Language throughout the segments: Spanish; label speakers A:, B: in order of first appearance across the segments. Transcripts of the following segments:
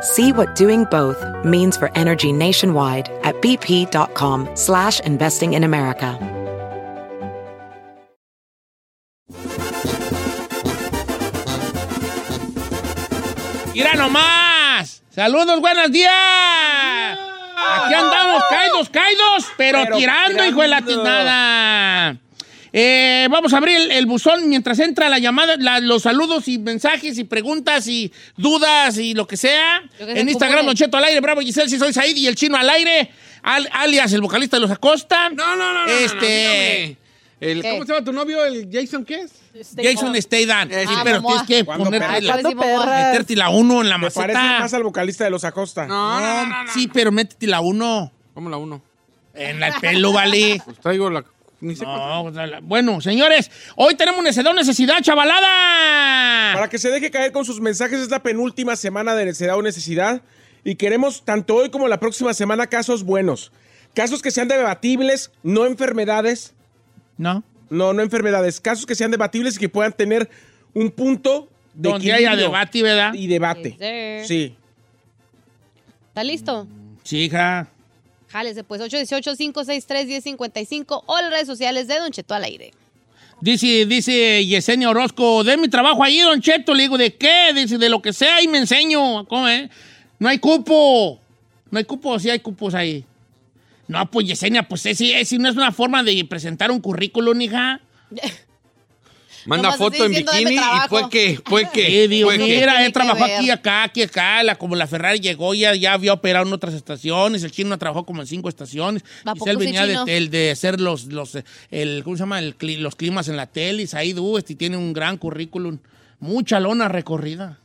A: See what doing both means for energy nationwide at bp.com slash investing in America.
B: ¡Mira nomás! ¡Saludos, buenos días! Aquí andamos, caídos, caídos, pero,
C: Pero
B: tirando,
C: tirando.
B: hijo de la tiznada. Eh, vamos a abrir el, el buzón mientras entra la llamada, la- los saludos y mensajes y preguntas y dudas y lo que sea.
D: Lo que se
B: en Instagram,
D: acumule.
B: Don Cheto al aire, Bravo Giselle, si soy Said y el chino al aire, al- alias el vocalista de los Acosta.
C: No, no, no, no. no,
B: este.
C: dígame. El-
D: ¿Qué?
C: ¿Cómo se llama tu novio? ¿El Jason qué es?
B: Jason Statham.
C: Eh,
B: Sí,
C: ah,
B: pero
D: mamá.
B: tienes que
C: ¿Cuándo
B: ponerte
C: perras?
B: la,
D: ¿Cuándo perras?
B: meterte la uno en la
E: Me parece
B: maceta.
E: más al vocalista de los Acosta.
C: No, no, no, no.
B: Sí, pero métete la uno.
C: ¿Cómo la uno?
B: En la- el pelo, vale.
C: Pues traigo la... Ni sé cuál-
B: No, pues, la- bueno, señores, hoy tenemos necesidad, necesidad, chavalada.
E: Para que se deje caer con sus mensajes, es la penúltima semana de necesidad o necesidad. Y queremos, tanto hoy como la próxima semana, casos buenos. Casos que sean debatibles, no enfermedades.
B: ¿No?
E: No, no enfermedades. Casos que sean debatibles y que puedan tener un punto de
B: Donde
E: equilibrio
B: haya debate, ¿ah? ¿verdad?
E: Y debate.
D: Yes, sir.
E: Sí.
D: ¿Está listo?
B: Sí, hija.
D: Jálese pues 818-563-1055 o las redes sociales de Don Cheto al aire.
B: Dice, dice Yesenia Orozco, de mi trabajo allí, don Cheto. Le digo, ¿de qué? Dice, de lo que sea y me enseño. ¿Cómo es? No hay cupo. No hay cupo, sí hay cupos ahí. No, pues Yesenia, pues ese, ese no es una forma de presentar un currículum, hija.
C: Manda
D: Nomás
C: foto
D: estoy
C: en
D: diciendo de mi
C: bikini y
D: trabajo.
C: fue que... Fue que...
B: Sí, digo,
C: fue que-
B: mira,
D: Tiene
B: he
D: que
B: trabajado
D: ver.
B: aquí, acá, aquí, acá. La, como la Ferrari llegó, ya, ya había operado en otras estaciones. El chino trabajó como en cinco estaciones.
D: ¿A
B: Y él
D: poco sí,
B: venía de,
D: chino?
B: el de hacer los, los, eh, el, ¿cómo se llama? El cli- los climas en la tele. Y Said West, y tiene un gran currículum. Mucha lona recorrida.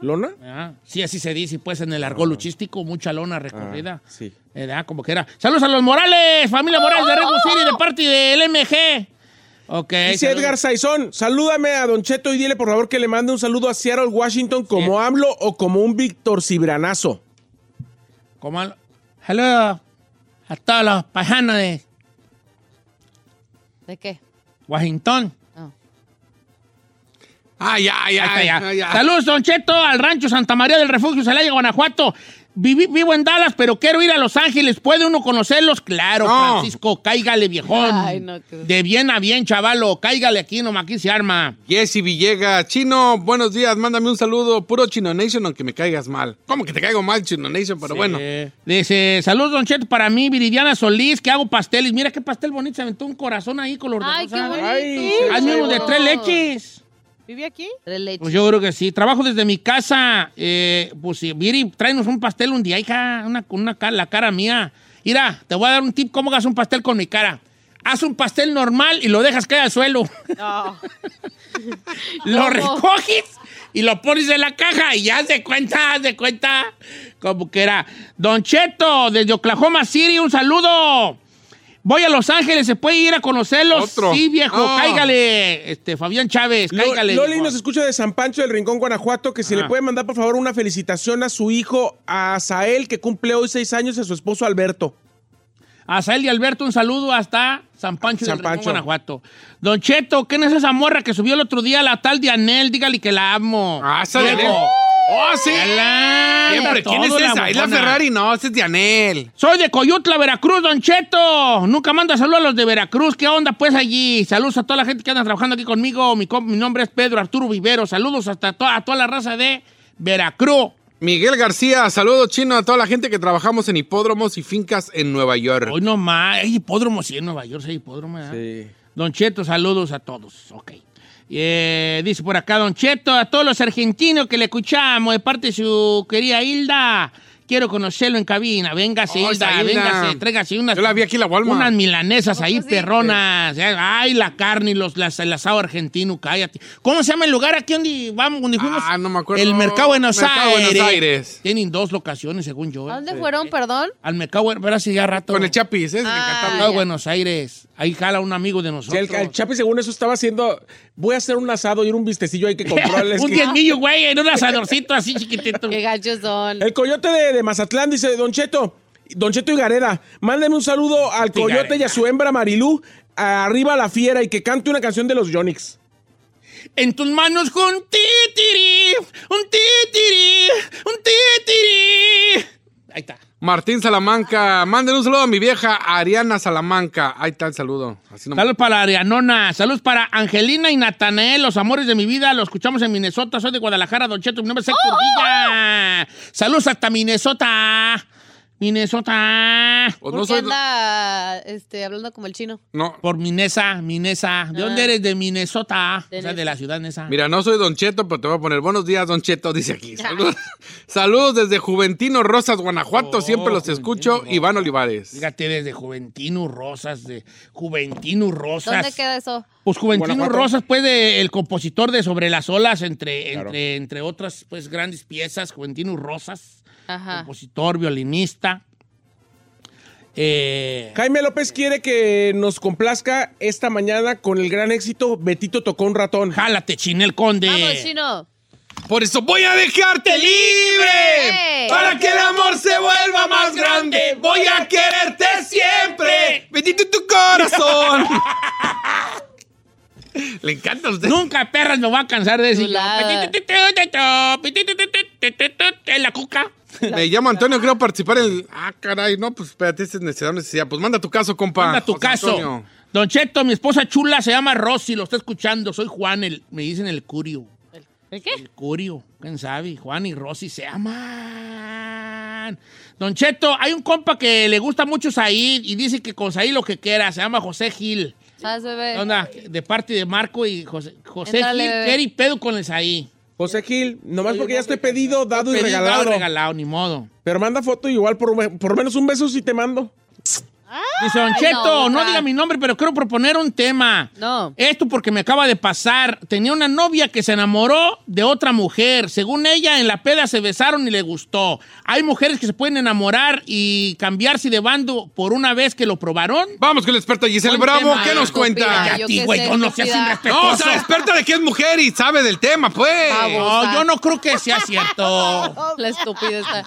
E: ¿Lona?
B: ¿verdad? Sí, así se dice, pues, en el argot luchístico, mucha lona recorrida.
E: Ah, sí.
B: ¿Verdad? Como que era. ¡Saludos a los Morales! ¡Familia Morales de Redwood City, de parte del MG! Ok.
E: Dice
B: saludos.
E: Edgar Saizón, salúdame a Don Cheto y dile por favor que le mande un saludo a Seattle, Washington, como AMLO o como un Víctor Cibranazo.
B: Como al- Hello a todos los paisanos de
D: ¿De qué?
B: Washington.
C: Oh. Ah, ya, ya,
B: Ahí está
C: ya,
B: ya.
C: ya.
B: Saludos, Don Cheto, al rancho Santa María del Refugio, Celaya, Guanajuato. Vivi- vivo en Dallas, pero quiero ir a Los Ángeles. ¿Puede uno conocerlos? Claro,
C: No.
B: Francisco, cáigale, viejón.
D: Ay, no, qué-
B: De bien a bien, chavalo. Cáigale aquí, nomás aquí se arma.
C: Jesse Villegas, chino, buenos días, mándame un saludo, puro Chino Nation, aunque me caigas mal. ¿Cómo que te caigo mal, Chino Nation? Pero bueno.
B: Eh, dice, saludos, Don Cheto, para mí, Viridiana Solís, que hago pasteles. Mira qué pastel bonito, se aventó un corazón ahí color de
D: Ay, qué
B: rosa.
D: bonito.
E: Ay,
B: Hazme uno de tres leches.
F: ¿Vive aquí?
D: Tres leches.
B: Pues yo creo que sí. Trabajo desde mi casa. Eh, pues sí, Viri, tráenos un pastel un día, hija. Una, una ca- la cara mía. Mira, te voy a dar un tip cómo hagas un pastel con mi cara. Haz un pastel normal y lo dejas caer al suelo.
F: No.
B: lo recoges y lo pones en la caja y ya haz de cuenta, haz de cuenta. Como que era. Don Cheto, desde Oklahoma City, un saludo. Voy a Los Ángeles, se puede ir a conocerlos.
C: Otro.
B: Sí, viejo,
C: Ah.
B: cáigale. Este, Fabián Chávez,
E: Lo-
B: cáigale.
E: Loli
B: viejo.
E: nos escucha de San Pancho del Rincón, Guanajuato, que si
B: Ajá.
E: le puede mandar por favor una felicitación a su hijo, a Sael, que cumple hoy seis años, y a su esposo Alberto.
B: A Sael y Alberto, un saludo hasta San Pancho,
E: San
B: del Rincón,
E: Pancho.
B: Guanajuato. Don Cheto, ¿quién es esa morra que subió el otro día la tal Dianel? Dígale que la amo.
C: Ah, esa de Anel. ¡Oh, sí!
B: Ala,
C: Siempre,
B: anda
C: ¿quién es
B: todo la
C: esa? ¿Es la
B: bocona.
C: Ferrari? No, ese es de Anel.
B: Soy de Coyutla, Veracruz, Don Cheto. Nunca manda saludos a los de Veracruz. ¿Qué onda pues allí? Saludos a toda la gente que anda trabajando aquí conmigo. Mi, com- mi nombre es Pedro Arturo Vivero. Saludos hasta to- a toda la raza de Veracruz.
C: Miguel García, saludos chino a toda la gente que trabajamos en hipódromos y fincas en Nueva York.
B: Hoy nomás, hay hipódromos, sí, en Nueva York, sí, hay hipódromo. ¿verdad?
E: Sí.
B: Don Cheto, saludos a todos. Ok. Eh, dice por acá Don Cheto, a todos los argentinos que le escuchamos, de parte de su querida Hilda. Quiero conocerlo en cabina. Véngase,
C: Oh,
B: Hilda,
C: esa Hilda.
B: véngase, tráigase unas.
C: Yo la vi aquí en la Walmart.
B: Unas milanesas ahí,
D: sí?
B: perronas. Eh, Ay, la carne y los, las, el asado argentino, cállate. ¿Cómo se llama el lugar aquí donde vamos, donde fuimos?
C: Ah, no me acuerdo.
B: El Mercado Buenos
C: Mercado
B: Aires.
C: Buenos Aires.
B: Tienen dos locaciones, según yo.
D: ¿A
B: eh.
D: dónde fueron, perdón?
B: Al Mercado Buenos Aires, ya rato.
C: Con el Chapis, ¿eh? Me
D: Ah,
C: encantaba.
B: Mercado
D: ya.
B: Buenos Aires. Ahí jala un amigo de
E: Sí, el,
B: nosotros.
E: el Chapi según eso estaba haciendo, voy a hacer un asado y era un vistecillo ahí que compró al
B: un
E: esquí.
B: diezmillo, güey, en un asadorcito así chiquitito.
D: Qué gachos son.
E: El coyote de, de Mazatlán dice, Don Cheto, Don Cheto y Gareda, mándeme un saludo al coyote y a su hembra Marilú, a arriba la fiera y que cante una canción de los Yonix.
B: En tus manos con titiri, un titiri, un titiri. Ahí está.
C: Martín Salamanca, manden un saludo a mi vieja Ariana Salamanca. Ahí está el saludo. Así nomás.
B: Saludos para Arianona, saludos para Angelina y Natanael, los amores de mi vida, los escuchamos en Minnesota, soy de Guadalajara, Don Cheto, mi nombre es
D: Oh,
B: Héctor Villa. Saludos hasta Minnesota, Minnesota,
C: O
D: ¿Por
C: no
D: qué
C: soy-
D: anda este, hablando como el chino?
C: no,
B: por Minesa, Minesa. ¿De dónde eres? De Minnesota,
D: Ah. De
B: o sea, de
D: Nesa.
B: la ciudad Nesa.
C: Mira, no soy Don Cheto, pero te voy a poner buenos días, Don Cheto, dice aquí. Saludos, Saludos desde Juventino Rosas, Guanajuato.
B: Oh,
C: Siempre los
B: Juventino
C: escucho.
B: Rosas.
C: Iván Olivares.
B: Fíjate, desde Juventino Rosas, de Juventino Rosas.
D: ¿Dónde queda eso?
B: Pues Juventino
E: Guanajuato.
B: Rosas, pues, de- el compositor de Sobre las Olas, entre, entre, entre otras pues, grandes piezas, Juventino Rosas,
D: Ajá.
B: compositor, violinista. Eh,
E: Jaime López quiere que nos complazca esta mañana con el gran éxito Betito tocó un ratón.
B: jálate, Chinel Conde.
D: Vamos, Oh, chino.
C: Por eso voy a dejarte libre.
D: ¡Ey!
C: Para que el amor se vuelva más grande. Voy a quererte siempre. Bendito tu corazón. Le encanta a usted.
B: Nunca, perras, me voy a cansar de decir.
D: Chulada. Eh.
B: En la cuca.
C: Me llamo Antonio, quiero participar en el... Ah, caray, no, pues espérate, esta es necesidad, necesidad. Pues manda tu caso, compa.
B: Manda tu
C: José
B: caso.
C: Antonio.
B: Don Cheto, mi esposa chula se llama Rosy, lo está escuchando. Soy Juan, el- me dicen el curio.
D: ¿El qué?
B: El curio, quién sabe. Juan y Rosy se aman. Don Cheto, hay un compa que le gusta mucho Said y dice que con Said lo que quiera. Se llama José Gil.
D: ¿Sabes, bebé?
B: ¿Qué onda? De parte de Marco y José, José
D: Entrale,
B: Gil.
D: Eh. bebé.
B: quiere y pedo con el Said.
E: José Gil, nomás porque ya estoy pedido, dado y
B: Pedido,
E: regalado.
B: dado, regalado, ni modo.
E: Pero manda foto igual, por, por menos un beso si te mando.
B: Dice Don
D: Ay,
B: Cheto,
D: no,
B: no
D: otra.
B: diga mi nombre, pero quiero proponer un tema.
D: No.
B: Esto porque me acaba de pasar. Tenía una novia que se enamoró de otra mujer. Según ella, en la peda se besaron y le gustó. Hay mujeres que se pueden enamorar y cambiarse de bando por una vez que lo probaron.
C: Vamos con la experta Giselle
B: Buen
C: Bravo,
B: tema, eh,
C: ¿qué nos
D: estúpida,
C: cuenta?
D: yo
B: Ya, ti,
D: qué
B: güey,
D: sé,
B: yo no seas
D: estúpida.
B: irrespetuoso.
C: No, o sea, experta de que es mujer y sabe del tema, pues.
D: Babosa.
B: No, yo no creo que sea cierto.
D: La estúpida está.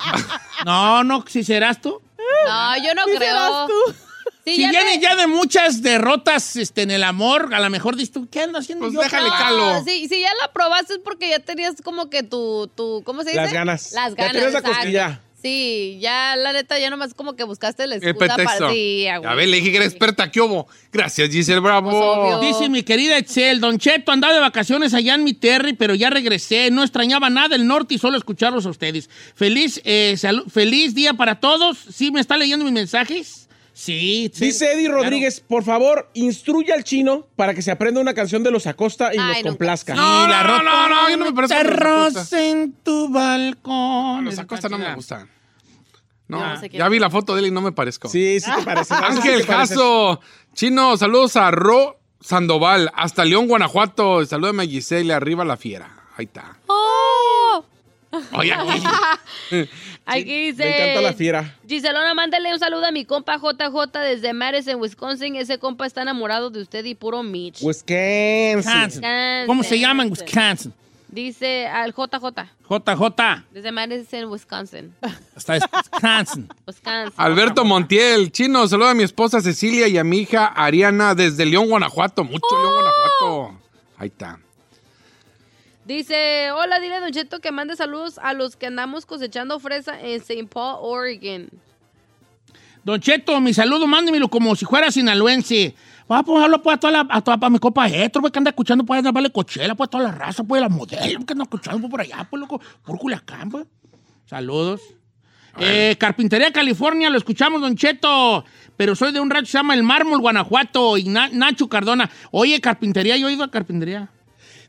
B: No, no, si serás tú.
D: No, yo no creo. Sí,
B: si
D: ya
B: vienes
D: no-
B: ya de muchas derrotas este, en el amor, a lo mejor dices tú, ¿qué ando haciendo
C: Pues
B: yo?
C: déjale
D: No,
C: calo.
D: Ah, sí, si ya la probaste es porque ya tenías como que tu, tu ¿cómo se dice?
E: Las ganas.
D: Las
E: Ya
D: ganas.
E: tenías la
D: exacto.
E: costilla.
D: Sí, ya la neta, ya nomás como que buscaste la
C: El
D: excusa
C: pretexto.
D: para sí, a
C: a ver, le dije que era experta, ¿qué hubo? Gracias, Giselle Bravo.
D: Pues, obvio.
B: Oh, Dice mi querida Excel, Don Cheto, andaba de vacaciones allá en mi Terry, pero ya regresé. No extrañaba nada el norte y solo escucharlos a ustedes. Feliz, eh, salu- feliz día para todos. ¿Sí me está leyendo mis mensajes? Sí. sí,
E: Dice Eddie
B: claro.
E: Rodríguez, por favor, instruya al chino para que se aprenda una canción de los Acosta y
D: Ay,
E: nos
D: nunca.
E: complazca.
C: No,
B: Y la
C: no,
B: ropa
C: no, no, yo no me parezco a los
B: Terros
C: Acosta.
B: en tu balcón.
C: Los Acosta no me gustan. No,
B: Ah,
D: No sé qué-
C: ya vi la foto de él y no me parezco.
E: Sí, sí te parece.
C: Ángel
E: caso
C: Caso, chino, saludos a Ro Sandoval, hasta León, Guanajuato. Salúdame a Giselle, arriba la fiera. Ahí está.
D: ¡Oh!
C: Oye, aquí.
D: Aquí dice.
E: Me encanta la fiera.
D: Giselona, mándale un saludo a mi compa JJ desde Mares en Wisconsin. Ese compa está enamorado de usted y puro Mitch.
E: Wisconsin.
B: Wisconsin. ¿Cómo se llaman? Wisconsin.
D: Dice al JJ
B: JJ.
D: desde Mares en Wisconsin.
B: Hasta es Wisconsin.
D: Wisconsin.
C: Alberto Montiel, chino, saluda a mi esposa Cecilia y a mi hija Ariana desde León, Guanajuato. Mucho León,
D: ¡Oh!
C: Guanajuato. Ahí está.
D: Dice, hola, dile a Don Cheto que mande saludos a los que andamos cosechando fresa en St. Paul, Oregon.
B: Don Cheto, mi saludo, mándemelo como si fuera sinaloense. Va a ponerlo pues, a toda la, a toda, para mi copa Héctor, pues, que anda escuchando, pues, darle cochela, pues, toda la raza, pues, la modelo, que anda escuchando, pues, por allá, pues, loco, por Culiacán, pues. Saludos. Eh, Carpintería California, lo escuchamos, Don Cheto. Pero soy de un rancho que se llama El Mármol, Guanajuato, y Na- Nacho Cardona. Oye, carpintería, yo he ido a carpintería.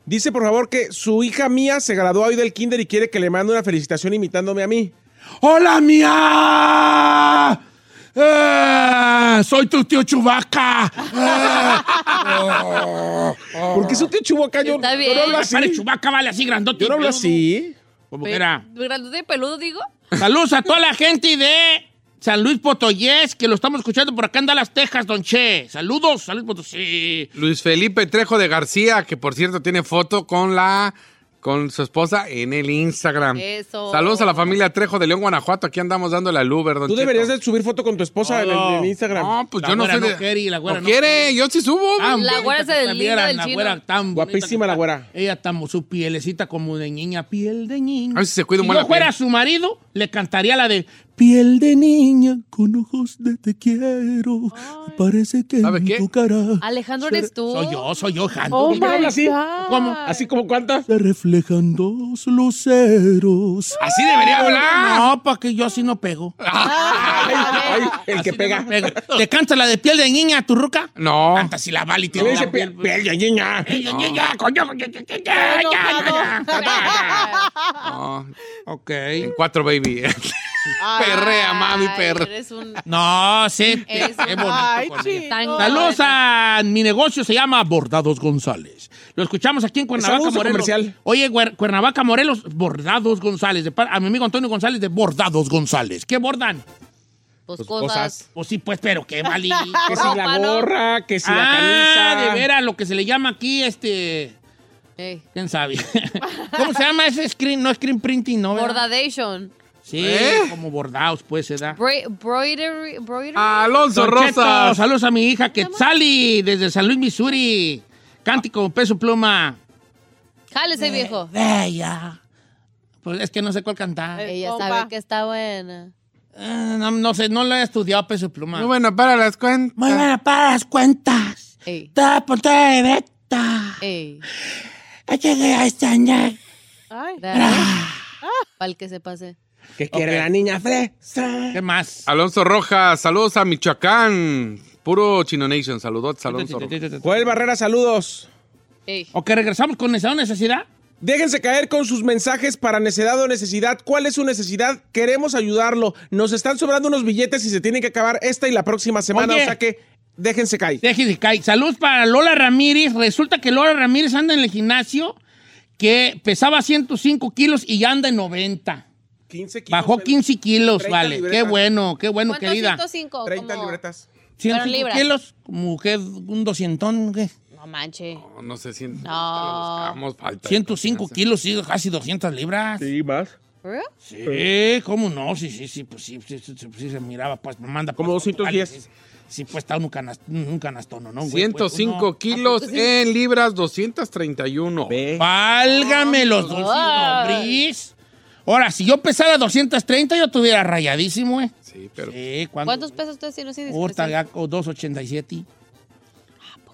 E: Dice, por favor, que su hija mía se graduó hoy del kinder y quiere que le mande una felicitación imitándome a mí.
B: ¡Hola, mía! Eh, soy tu tío Chubaca.
E: ¿Por qué su tío Chubaca? Yo,
D: Está
E: yo
D: bien.
E: no hablo así.
B: Vale, Chubaca, vale así grandote.
E: Yo no hablo
B: peludo,
E: así.
B: Como
D: Pe-
B: quiera.
D: ¿Grandote y peludo, digo?
B: Saludos a toda la gente de San Luis Potoyés, que lo estamos escuchando por acá en Dallas, Texas, Don Che. Saludos, San Luis Potosí.
C: Luis Felipe Trejo de García, que por cierto tiene foto con la con su esposa en el Instagram.
D: Eso.
C: Saludos a la familia Trejo de León, Guanajuato. Aquí andamos dándole al Uber, don
E: Tú deberías
C: Cheto.
E: de subir foto con tu esposa en,
B: No,
E: el- en Instagram.
C: No, pues
B: La
C: yo no
B: güera
C: sé
B: no quiere, la güera
C: no
B: no
C: quiere, yo sí subo.
B: Ah,
D: La
B: bonita
D: güera
B: que
D: se
B: te
D: deslinda
B: vieran,
D: del
B: la
D: chino.
B: güera tan
E: Guapísima
B: bonita que
E: la
B: está.
E: güera.
B: Ella tan, su pielecita como de niña, piel de niña.
C: A ver si se cuida un
B: si
C: buen
B: yo
C: la
B: fuera
C: piel.
B: su marido, le cantaría la de piel de niña con ojos de te quiero. Parece que
C: ¿Sabe
B: en
C: qué?
B: tu cara
D: Alejandro, ¿eres tú? Oh
B: soy yo, soy yo, Jando.
E: ¿Por qué no hablo así?
B: ¿Cómo?
E: ¿Así como cuántas?
B: Se reflejan dos luceros.
C: Así debería hablar.
B: No, para que yo así no pego.
E: Ay, ay, el
B: Así
E: que
B: no
E: pega.
B: pego. ¿Te canta la de piel de niña, tu ruca?
C: No.
B: Canta si la vale y
E: Y le
B: tiene
E: dice,
B: la
E: pe-
B: piel.
E: pe- ya, ya, ya.
B: Piel de niña, coño, coño, coño, coño, coño, coño.
C: no.
B: Ok.
C: En cuatro, baby. perrea, mami, perrea.
D: Eres un...
B: No, sí.
D: Es-
B: qué bonito
F: Ay,
B: con ella.
F: chido.
D: Tan-
B: Saludos a mi negocio, se llama Bordados González. Lo escuchamos aquí en Cuernavaca,
E: Saludos a
B: Morelos.
E: comercial.
B: Oye, Guer- Cuernavaca, Morelos, Bordados González. de par- a mi amigo Antonio González de Bordados González. ¿Qué bordan?
D: Pues
E: Pues
D: cosas.
E: cosas.
B: Pues sí, pues, pero qué vale.
E: Que si la
D: Ropa, ¿no?
E: gorra, que si la
B: ah,
E: camisa.
B: de veras, lo que se le llama aquí, este...
D: Ey.
B: ¿Quién sabe? ¿Cómo se llama ese screen? No, screen printing, ¿no? ¿verdad?
D: Bordadation.
B: Sí,
C: ¿Eh?
B: como bordados, pues, se da.
D: Bra- Broidery. Broidery.
C: Alonso
B: Don Cheto,
C: Rosas.
B: saludos a mi hija Quetzali desde San Luis, Missouri. Cántico, peso, pluma.
D: Jálese, viejo.
B: Eh, Bella. Pues es que no sé cuál cantar.
F: Eh.
D: Ella
F: compa.
D: sabe que está buena.
B: Eh, no, no sé, no lo he estudiado peso, pluma.
C: Muy bueno, para las cuentas.
B: Muy buena para las cuentas.
D: Ey.
B: Toda portada de beta.
D: Ey.
B: Échale a esta ña-
F: Ay.
D: Para el que se pase.
E: Que quiere la niña Fre.
B: ¿Qué más?
C: Alonso Rojas, saludos a Michoacán. Puro Chino Nation, saludos, Alonso Rojas.
E: Joel Barrera, saludos.
D: Ey.
B: Ok, regresamos con necesidad o necesidad.
E: Déjense caer con sus mensajes para necedad o necesidad. ¿Cuál es su necesidad? Queremos ayudarlo. Nos están sobrando unos billetes y se tienen que acabar esta y la próxima semana.
B: Oye.
E: O sea que déjense caer.
B: Déjese caer. Salud para Lola Ramírez. Resulta que Lola Ramírez anda en el gimnasio que pesaba 105 kilos y ya anda en 90.
E: 15 kilos,
B: Bajó
E: pero-
B: 15 kilos,
E: 30
B: vale. Qué
E: libretas.
B: bueno, qué bueno,
D: ¿Cuántos?
B: querida.
D: 105.
E: 30
D: como-
E: libretas.
D: Pero
B: 105
D: libras.
B: kilos, mujer, un 200, ¿qué?
D: No manche.
C: No, no sé si no.
D: Ah.
C: falta. de
B: 105
C: confianza.
B: kilos, sí, casi 200 libras. Sí,
E: Sí, más.
D: ¿For real?
B: Eh, cómo no, sí, sí, sí, pues sí, sí, sí, sí, sí, se miraba, pues me manda.
E: Como
B: pues,
E: 210.
B: vale, sí, sí, pues está un, canas- un canastono, ¿no? güey? Pues,
C: 105
B: uno-
D: Ah,
C: kilos
D: pues,
C: en libras, 231.
B: Válgame los dulces
D: Ay.
B: nombres. Ahora, si yo pesara 230, yo tuviera rayadísimo, ¿eh?
C: Sí, pero
B: Sí,
D: ¿Cuántos pesos usted tiene? Sí,
B: Ahorita
D: discreción.
B: ya con 287,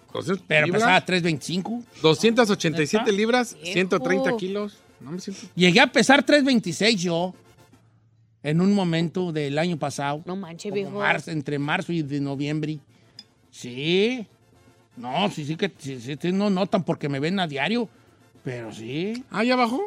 C: entonces,
B: pero
C: libras,
B: pesaba 325.
D: Ah,
C: 287 libras,
D: Viejo.
C: 130 kilos. No me siento.
B: Llegué a pesar 326 yo en un momento del año pasado.
D: No manche,
B: como
D: viejo.
B: marzo, entre marzo y de noviembre. Sí. No, sí, sí que sí, sí, sí, no notan porque me ven a diario. Pero sí.
C: Ah, ya bajó.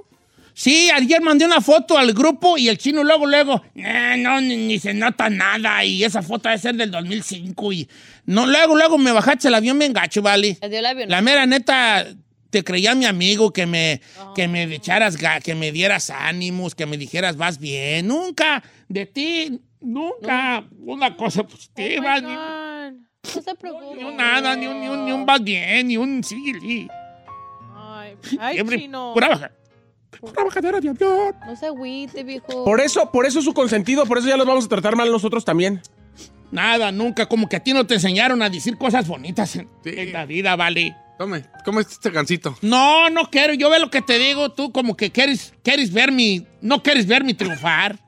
B: Sí, ayer mandé una foto al grupo y el chino luego, luego, "Nah, no, ni, ni se nota nada y esa foto debe ser del 2005 y... No, luego, luego me bajaste el avión bien gacho, vale.
D: Le dio el avión.
B: La mera neta, te creía mi amigo que me, que me echaras, ga- que me dieras ánimos, que me dijeras vas bien. Nunca, de ti, nunca. Una cosa positiva,
D: Oh
B: ni,
D: No se preocupe.
B: ni un nada, ni un, ni un- ni un vas bien, ni un sí. sí.
F: Ay, ay,
B: Siempre
F: chino.
B: Pura, baja- pura bajadera de avión.
D: No se agüite, viejo.
E: Por eso, por eso es su consentido, por eso ya los vamos a tratar mal nosotros también.
B: Nada, nunca. Como que a ti no te enseñaron a decir cosas bonitas en, en la vida, vale.
C: Tome, come este gancito.
B: No, no quiero. Yo veo lo que te digo. Tú como que quieres, quieres ver mi... No quieres ver mi triunfar.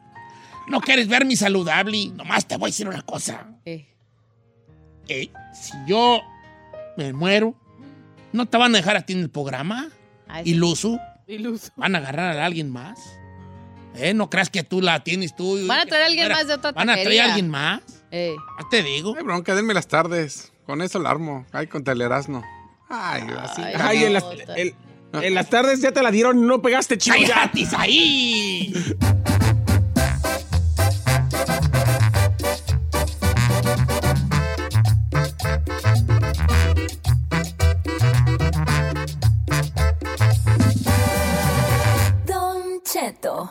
B: No quieres ver mi saludable. Nomás te voy a decir una cosa.
D: Eh,
B: Eh, si yo me muero, no te van a dejar a ti en el programa.
D: ay,
B: Iluso.
F: Iluso.
B: Van a agarrar a alguien más. Eh, no creas que tú la tienes tú.
D: Van a traer a alguien más de otra
B: ¿Van a traer
D: taquería.
B: a alguien más?
D: Eh.
B: Ya te digo.
C: No hay bronca, denme las tardes. Con eso la armo. Ay, con Telerasno. Ay, así.
D: Ay,
E: Ay, en las,
D: Jota.
E: en- en las tardes ya te la dieron y no pegaste, chido.
B: ¡Ay,
E: ya.
B: gratis ahí!
G: Don Cheto.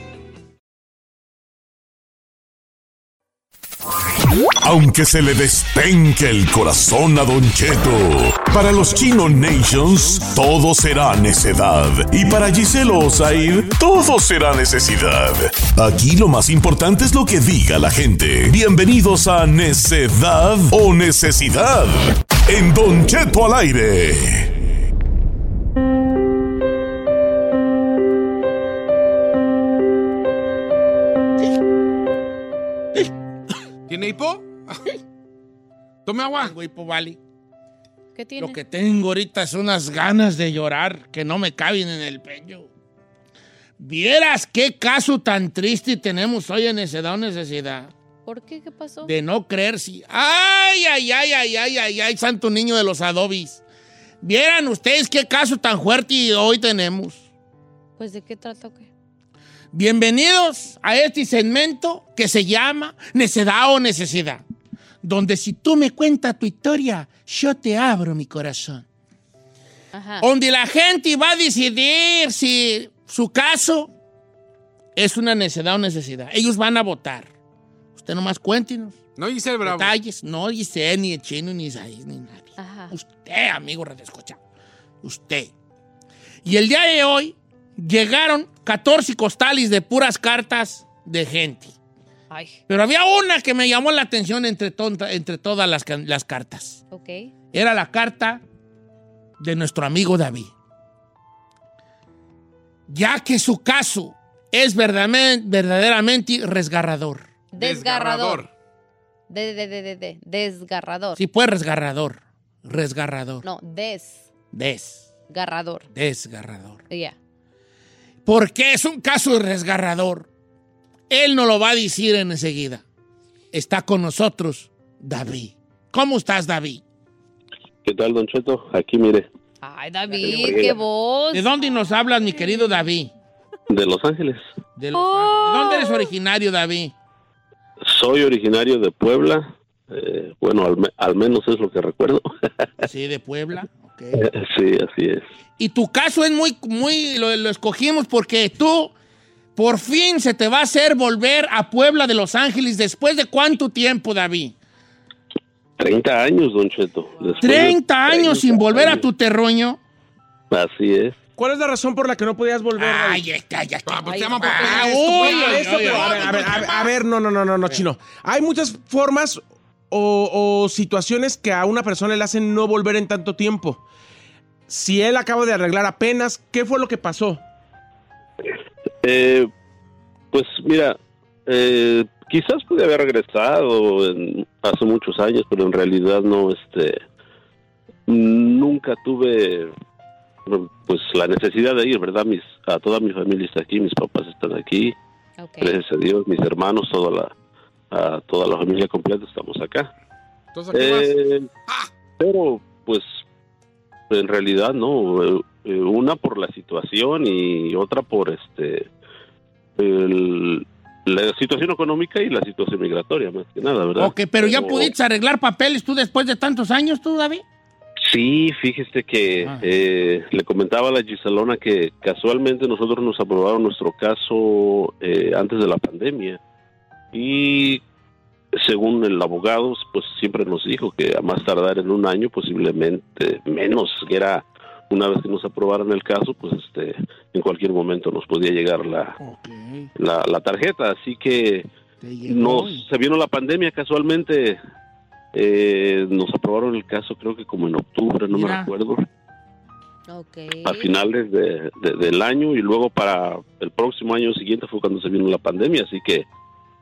H: Aunque se le despenque el corazón a Don Cheto, para los Chino Nations todo será necedad. Y para Giselo Osair todo será necesidad. Aquí lo más importante es lo que diga la gente. Bienvenidos a Necedad o Necesidad en Don Cheto al aire.
C: ¿Tiene hipo? Tome agua.
B: Tengo hipo, vale.
D: ¿Qué tiene?
B: Lo que tengo ahorita es unas ganas de llorar que no me caben en el pecho. Vieras qué caso tan triste tenemos hoy en Necedad o Necesidad.
D: ¿Por qué? ¿Qué pasó?
B: De no creerse. Ay, ay, ay, ay, ay, ay, ay, santo niño de los adobis. Vieran ustedes qué caso tan fuerte hoy tenemos.
D: Pues de qué trata o qué.
B: Bienvenidos a este segmento que se llama Necedad o Necesidad, donde si tú me cuentas tu historia, yo te abro mi corazón.
D: Ajá.
B: Donde la gente va a decidir si su caso es una necedad o necesidad. Ellos van a votar. Usted nomás cuéntenos.
C: No hice el bravo.
B: Detalles, no dice ni el chino, ni Isaías, ni nadie.
D: Ajá.
B: Usted, Eh, amigo redescocha. Usted. Y el día de hoy llegaron 14 costales de puras cartas de gente.
D: Ay,
B: Pero había una que me llamó la atención entre, tonta- entre todas las, can- las cartas.
D: ok.
B: Era la carta de nuestro amigo David. Ya que su caso es verdaderamente, verdaderamente resgarrador.
D: Desgarrador. De, de, de, de, de. Desgarrador.
B: Sí, pues resgarrador. Resgarrador.
D: No, desgarrador.
B: Des. Desgarrador.
D: Ya.
B: Porque es un caso resgarrador. Él no lo va a decir en enseguida. Está con nosotros David. ¿Cómo estás, David?
I: ¿Qué tal, Don Cheto? Aquí, mire,
D: Ay, David, qué voz.
B: ¿De dónde nos hablas, mi querido David?
I: de Los Ángeles.
B: De, Los Ángeles. ¿De dónde eres originario, David?
I: Soy originario de Puebla. eh, bueno, al, me- al menos es lo que recuerdo.
B: Sí, de Puebla. Ok.
I: sí, así es.
B: Y tu caso es muy, muy, lo, lo escogimos porque tú por fin se te va a hacer volver a Puebla de Los Ángeles. ¿Después de cuánto tiempo, David?
I: 30 años, Don Cheto. Después de
B: 30 años sin
I: 30
B: volver a
I: años.
B: tu terruño.
I: Así es.
E: ¿Cuál es la razón por la que no podías volver? David?
B: Ay, está, ya está.
C: Ah, pues te llama por
B: Ah,
C: esto,
B: uy,
C: pues.
B: ay, ay,
E: Esto,
B: ay,
E: pero a
B: ay,
E: ver, a ver,
B: ay,
E: a ver, a ver, no, no, no, no, no, chino. Hay muchas formas o, o situaciones que a una persona le hacen no volver en tanto tiempo. Si él acaba de arreglar apenas, ¿qué fue lo que pasó?
I: Eh, pues mira, eh, quizás pude haber regresado en- hace muchos años, pero en realidad no, este, nunca tuve, pues, la necesidad de ir, ¿verdad? Mis, a toda mi familia está aquí, mis papás están aquí, gracias a Dios, mis hermanos, toda la, a toda la familia completa estamos acá.
C: Entonces, ¿a qué vas? Ah.
I: Eh, Pero, pues, en realidad no. eh, eh, Una por la situación y otra por este el- la situación económica y la situación migratoria, más que nada, ¿verdad?
B: Ok, pero ya
I: pudiste
B: pudiste arreglar papeles tú después de tantos años, tú, David.
I: Sí, fíjese que
B: Ah.
I: eh, le comentaba a la Gisalona que casualmente nosotros nos aprobaron nuestro caso eh, antes de la pandemia y según el abogado, pues siempre nos dijo que a más tardar en un año, posiblemente menos, que era una vez que nos aprobaran el caso, pues este, en cualquier momento nos podía llegar la, la, la tarjeta. Así que nos, se vino la pandemia casualmente. eh, nos aprobaron el caso creo que como en octubre, no me
D: Mira.
I: recuerdo,
D: Ok.
I: a finales de- de- del año y luego para el próximo año siguiente fue cuando se vino la pandemia, así que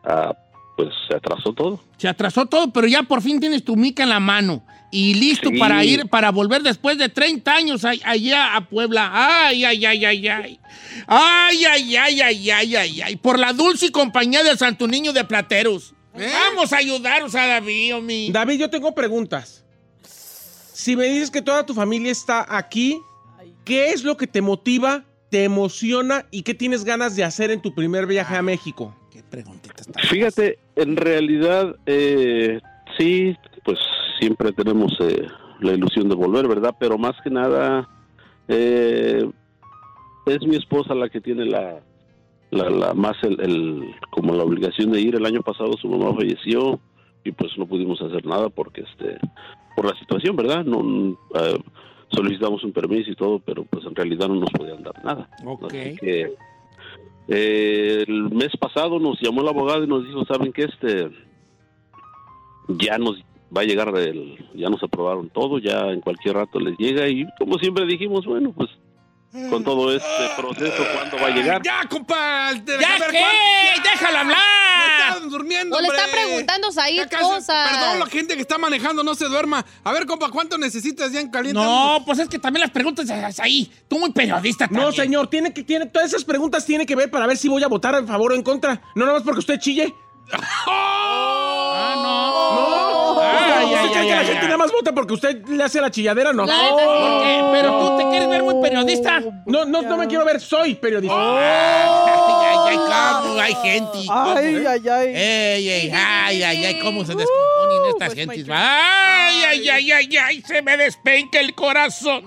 I: ah, pues se atrasó todo.
B: Se atrasó todo, pero ya por fin tienes tu mica en la mano. Y listo
I: Sí.
B: para ir, para volver después de 30 años a- allá a Puebla. Ay, ay, ay, ay, ay. Ay, ay, ay, ay, ay, ay, ay. Por la dulce compañía del Santo Niño de Plateros. Vamos a ayudaros a David, homie.
E: ¿Eh? David, yo tengo preguntas. Si me dices que toda tu familia está aquí, ¿qué es lo que te motiva, te emociona y qué tienes ganas de hacer en tu primer viaje a México?
I: Fíjate, en realidad, eh, sí, pues siempre tenemos eh, la ilusión de volver, ¿verdad? Pero más que nada, eh, es mi esposa la que tiene la, la, la- más el, el- como la obligación de ir. El año pasado su mamá falleció y pues no pudimos hacer nada porque este por la situación, ¿verdad? No mm, eh, solicitamos un permiso y todo, pero pues en realidad no nos podían dar nada. Así que eh, el mes pasado nos llamó el abogado y nos dijo, saben que este ya nos va a llegar el, ya nos aprobaron todo, ya en cualquier rato les llega y como siempre dijimos, bueno pues con todo este proceso cuándo va a llegar.
C: ¡Ya, compa! ¿Ya
B: qué? ¡Déjala hablar!
C: estás durmiendo,
D: No le
C: hombre!
D: está preguntando Said
C: Ya casi-
D: cosas.
C: Perdón, la gente que está manejando no se duerma. A ver, compa, ¿cuánto necesitas ya en caliente?
B: No, pues es que también las preguntas es ahí. Tú muy periodista también.
E: No, señor, tiene que, tiene, todas esas preguntas tiene que ver para ver si voy a votar a favor o en contra. No nada más porque usted chille.
B: Ah, no.
C: Ah,
E: No,
B: Oh. Ay,
E: ¿Usted
B: ay,
E: cree
B: ay,
E: que la
B: ay,
E: gente
B: ay.
E: nada más vota porque usted le hace la chilladera? No.
B: La neta, ¿por qué? Pero tú te quieres ver muy periodista.
E: No, no, no me quiero ver, soy periodista.
B: Oh. Ay, ay, ay, cómo hay gente. cómo,
F: Ay,
B: ¿eh?
F: ay, ay.
B: Ey, ey, ay, ay, ay, cómo se descomponen estas gentes. Ay, ay, ay, ay, ay, se me despenca el corazón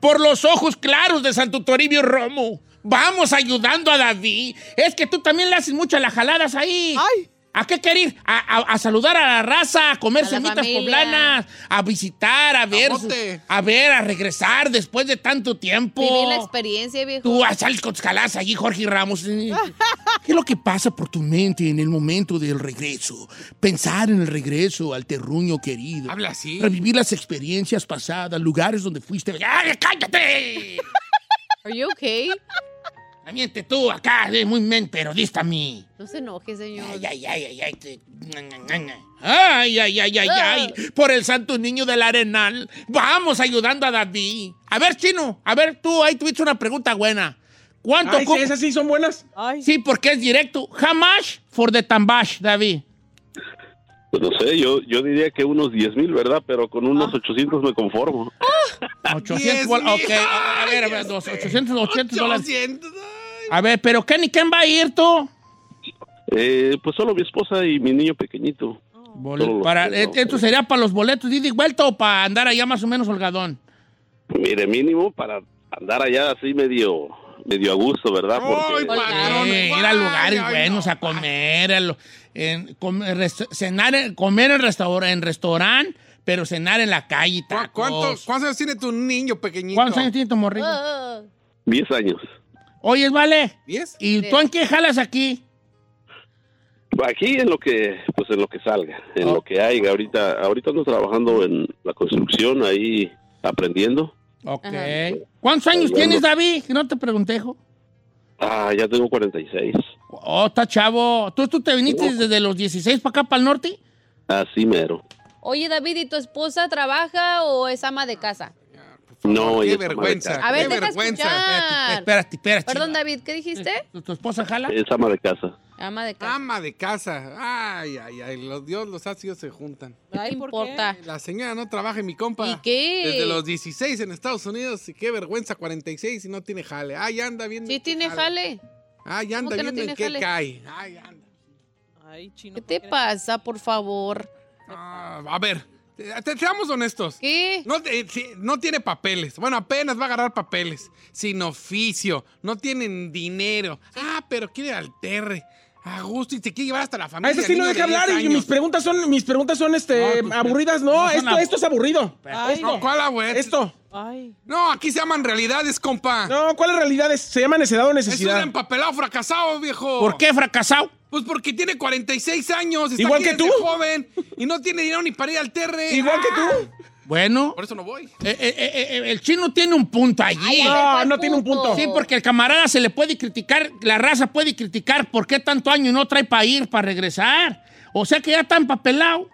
B: por los ojos claros de Santo Toribio Romo. Vamos ayudando a David. Es que tú también le haces muchas las jaladas ahí.
F: Ay.
B: ¿A qué querer ir? A, a- a saludar a la raza, a comer
D: A la
B: semitas
D: familia.
B: poblanas, a visitar, a ver, sus-
C: bote.
B: a ver, a regresar después de tanto tiempo.
D: Vivir la experiencia, viejo.
B: Tú ah, sales con tus jaladas allí, Jorge Ramos. Eh, ¿Qué es lo que pasa por tu mente en el momento del regreso? Pensar en el regreso al terruño querido.
C: Habla así.
B: Revivir las experiencias pasadas, lugares donde fuiste. ¡Ay, cállate!
D: Are you okay?
B: Miente tú acá, eh, muy men periodista a mí.
D: No se enoje, señor.
B: Ay, ay, ay, ay, ay. te- na, na, na, na. Ay, ay, ay, ay, ay. Por el santo niño del arenal. Vamos ayudando a David. A ver, Chino, a ver tú, ahí tuviste una pregunta buena. ¿Cuánto
E: Ay, sí,
B: ocupa-
E: esas sí son buenas.
F: Ay.
B: Sí, porque es directo. Hamash for the Tambash, David.
I: Pues no sé, yo, yo diría que unos 10 mil, ¿verdad? Pero con unos 800 me conformo.
B: 800,
C: mil.
B: ok. A ver, a ver, dos, 800, 800 dólares.
C: 800, ay.
B: A ver, pero ¿quién, y quién va a ir tú?
I: Eh, pues solo mi esposa y mi niño pequeñito.
B: Bol-
I: Todos los
B: para,
I: que
B: eh,
I: no.
E: pues.
B: esto sería para los boletos de ida y vuelta o para andar allá más o menos holgadón.
I: Mire, mínimo para andar allá así medio medio a gusto, ¿verdad?
C: Ay,
I: Porque
C: patrón.
B: Eh, ir a
C: Ay,
B: lugares
C: ay,
B: buenos
C: no.
B: a comer, a lo- en, comer, res- cenar, en- comer en, restaur- en restaurante, pero cenar en la calle. y
C: ¿Cu-
B: tacos.
C: ¿Cuántos, ¿Cuántos años tiene tu niño pequeñito?
B: ¿Cuántos años tiene tu morrillo?
D: Ah,
I: 10 años.
B: Oye, vale,
C: ¿Diez?
B: ¿y tú en qué jalas aquí?
I: Aquí en lo que pues en lo que salga, en
B: Ah.
I: lo que haya. Ahorita ahorita ando trabajando en la construcción ahí aprendiendo.
B: Ok.
D: Ajá.
B: ¿Cuántos años
I: Hablando.
B: tienes, David? No te preguntejo.
I: Ah, ya tengo 46.
B: Oh, está chavo. ¿Tú, tú te viniste desde los 16 para acá, para el norte?
I: Oh. Así mero.
D: Oye, David, ¿y tu esposa trabaja o es ama de casa?
I: No, ella
C: Qué
I: es ama de
C: vergüenza.
I: casa.
D: A ver,
C: qué
D: deja
C: vergüenza.
D: escuchar.
B: Espérate, espérate. Eh,
D: Perdón, David, ¿qué dijiste?
B: ¿Tu, tu esposa jala?
I: Es ama de casa.
D: Ama de casa.
C: Ama de casa. Ay, ay, ay. Los Dios, los ácidos se juntan.
F: Ay,
D: ¿Qué
F: ¿por
D: importa?
C: La señora no trabaja, mi compa.
D: ¿Y qué?
C: Desde los 16 en Estados Unidos. Y qué vergüenza, 46 y no tiene jale. Ay, anda viendo.
D: ¿Sí
C: en qué
D: tiene jale?
C: Ay,
D: ¿Cómo
C: anda
D: que no
C: viendo
D: tiene
C: en qué
D: jale?
C: cae. Ay, anda.
F: Ay, chino.
D: ¿Qué
F: ¿por
D: te pasa, por favor?
C: Ah, a ver, te, te- seamos honestos.
D: ¿Qué?
C: No, te- si- no tiene papeles. Bueno, apenas va a agarrar papeles. Sin oficio. No tienen dinero. Ah, pero quiere ir al terre. A gusto y se quiere llevar hasta la
E: A
C: familia.
E: ese sí no
C: niños
E: deja
C: de
E: hablar
C: 10
E: y mis
C: años.
E: preguntas son, mis preguntas son este,
C: No, tus-
E: aburridas. No,
B: no son
E: esto,
B: aburridas.
E: esto es aburrido.
F: Ay,
C: No, ¿cuál, güey?
E: Esto.
F: Ay,
C: No, aquí se llaman realidades, compa.
E: No, ¿cuáles realidades? Se llama necesidad o
C: es un
E: necesidad.
C: empapelado fracasado, viejo.
B: ¿Por qué fracasado?
C: Pues porque tiene 46 años. Está
E: Igual
C: aquí
E: que
C: desde
E: tú.
C: joven y no tiene dinero ni para ir al terre.
E: Igual que
C: Ah,
E: tú.
B: Bueno,
C: Por eso no voy.
B: eh, eh, eh, eh, el chino tiene un punto allí.
E: No, no tiene un punto.
B: Sí, porque el camarada se le puede criticar, la raza puede criticar por qué tanto año y no trae para ir, para regresar. O sea que ya está empapelado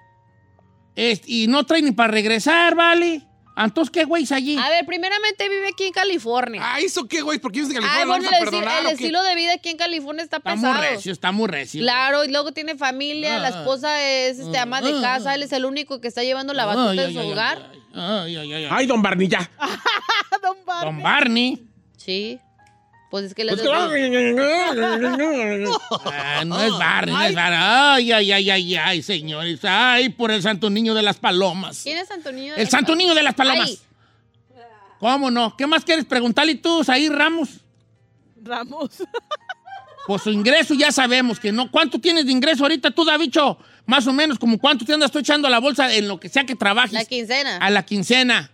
B: es- y no trae ni para regresar, ¿vale? Entonces, ¿qué güey es allí?
D: A ver, primeramente vive aquí en California.
C: Ah, ¿eso qué, güey? Porque yo soy de California.
D: Ay,
C: no
D: bueno, el,
C: vamos a
D: esti-
C: perdonar,
D: el
C: ¿o qué?
D: estilo de vida aquí en California está
B: Está muy
D: pesado.
B: recio, está muy recio.
D: Claro, y luego tiene familia, la
B: Ah.
D: esposa es este, ama de
B: Ah.
D: casa, él es el único que está llevando la
B: Ay,
D: batuta
B: ay,
D: de su
B: ay,
D: hogar.
B: Ay, ay, ay, ay.
E: Ay, don Barney, ya.
F: don Bar-
B: Don Barney.
D: Sí. Pues es que le
E: Pues claro.
B: Ah, no es Barney, no es Barney. Ay, ay, ay, ay, ay, señores. Ay, por el santo niño de las palomas.
D: ¿Quién es Antonio?
B: El santo niño de las palomas.
D: Ay.
B: ¿Cómo no? ¿Qué más quieres preguntarle tú, ahí Ramos?
F: Ramos.
B: Pues su ingreso ya sabemos que no. ¿Cuánto tienes de ingreso ahorita tú, Davicho? Más o menos, como cuánto te andas tú echando a la bolsa en lo que sea que trabajes.
D: La quincena.
B: a la quincena.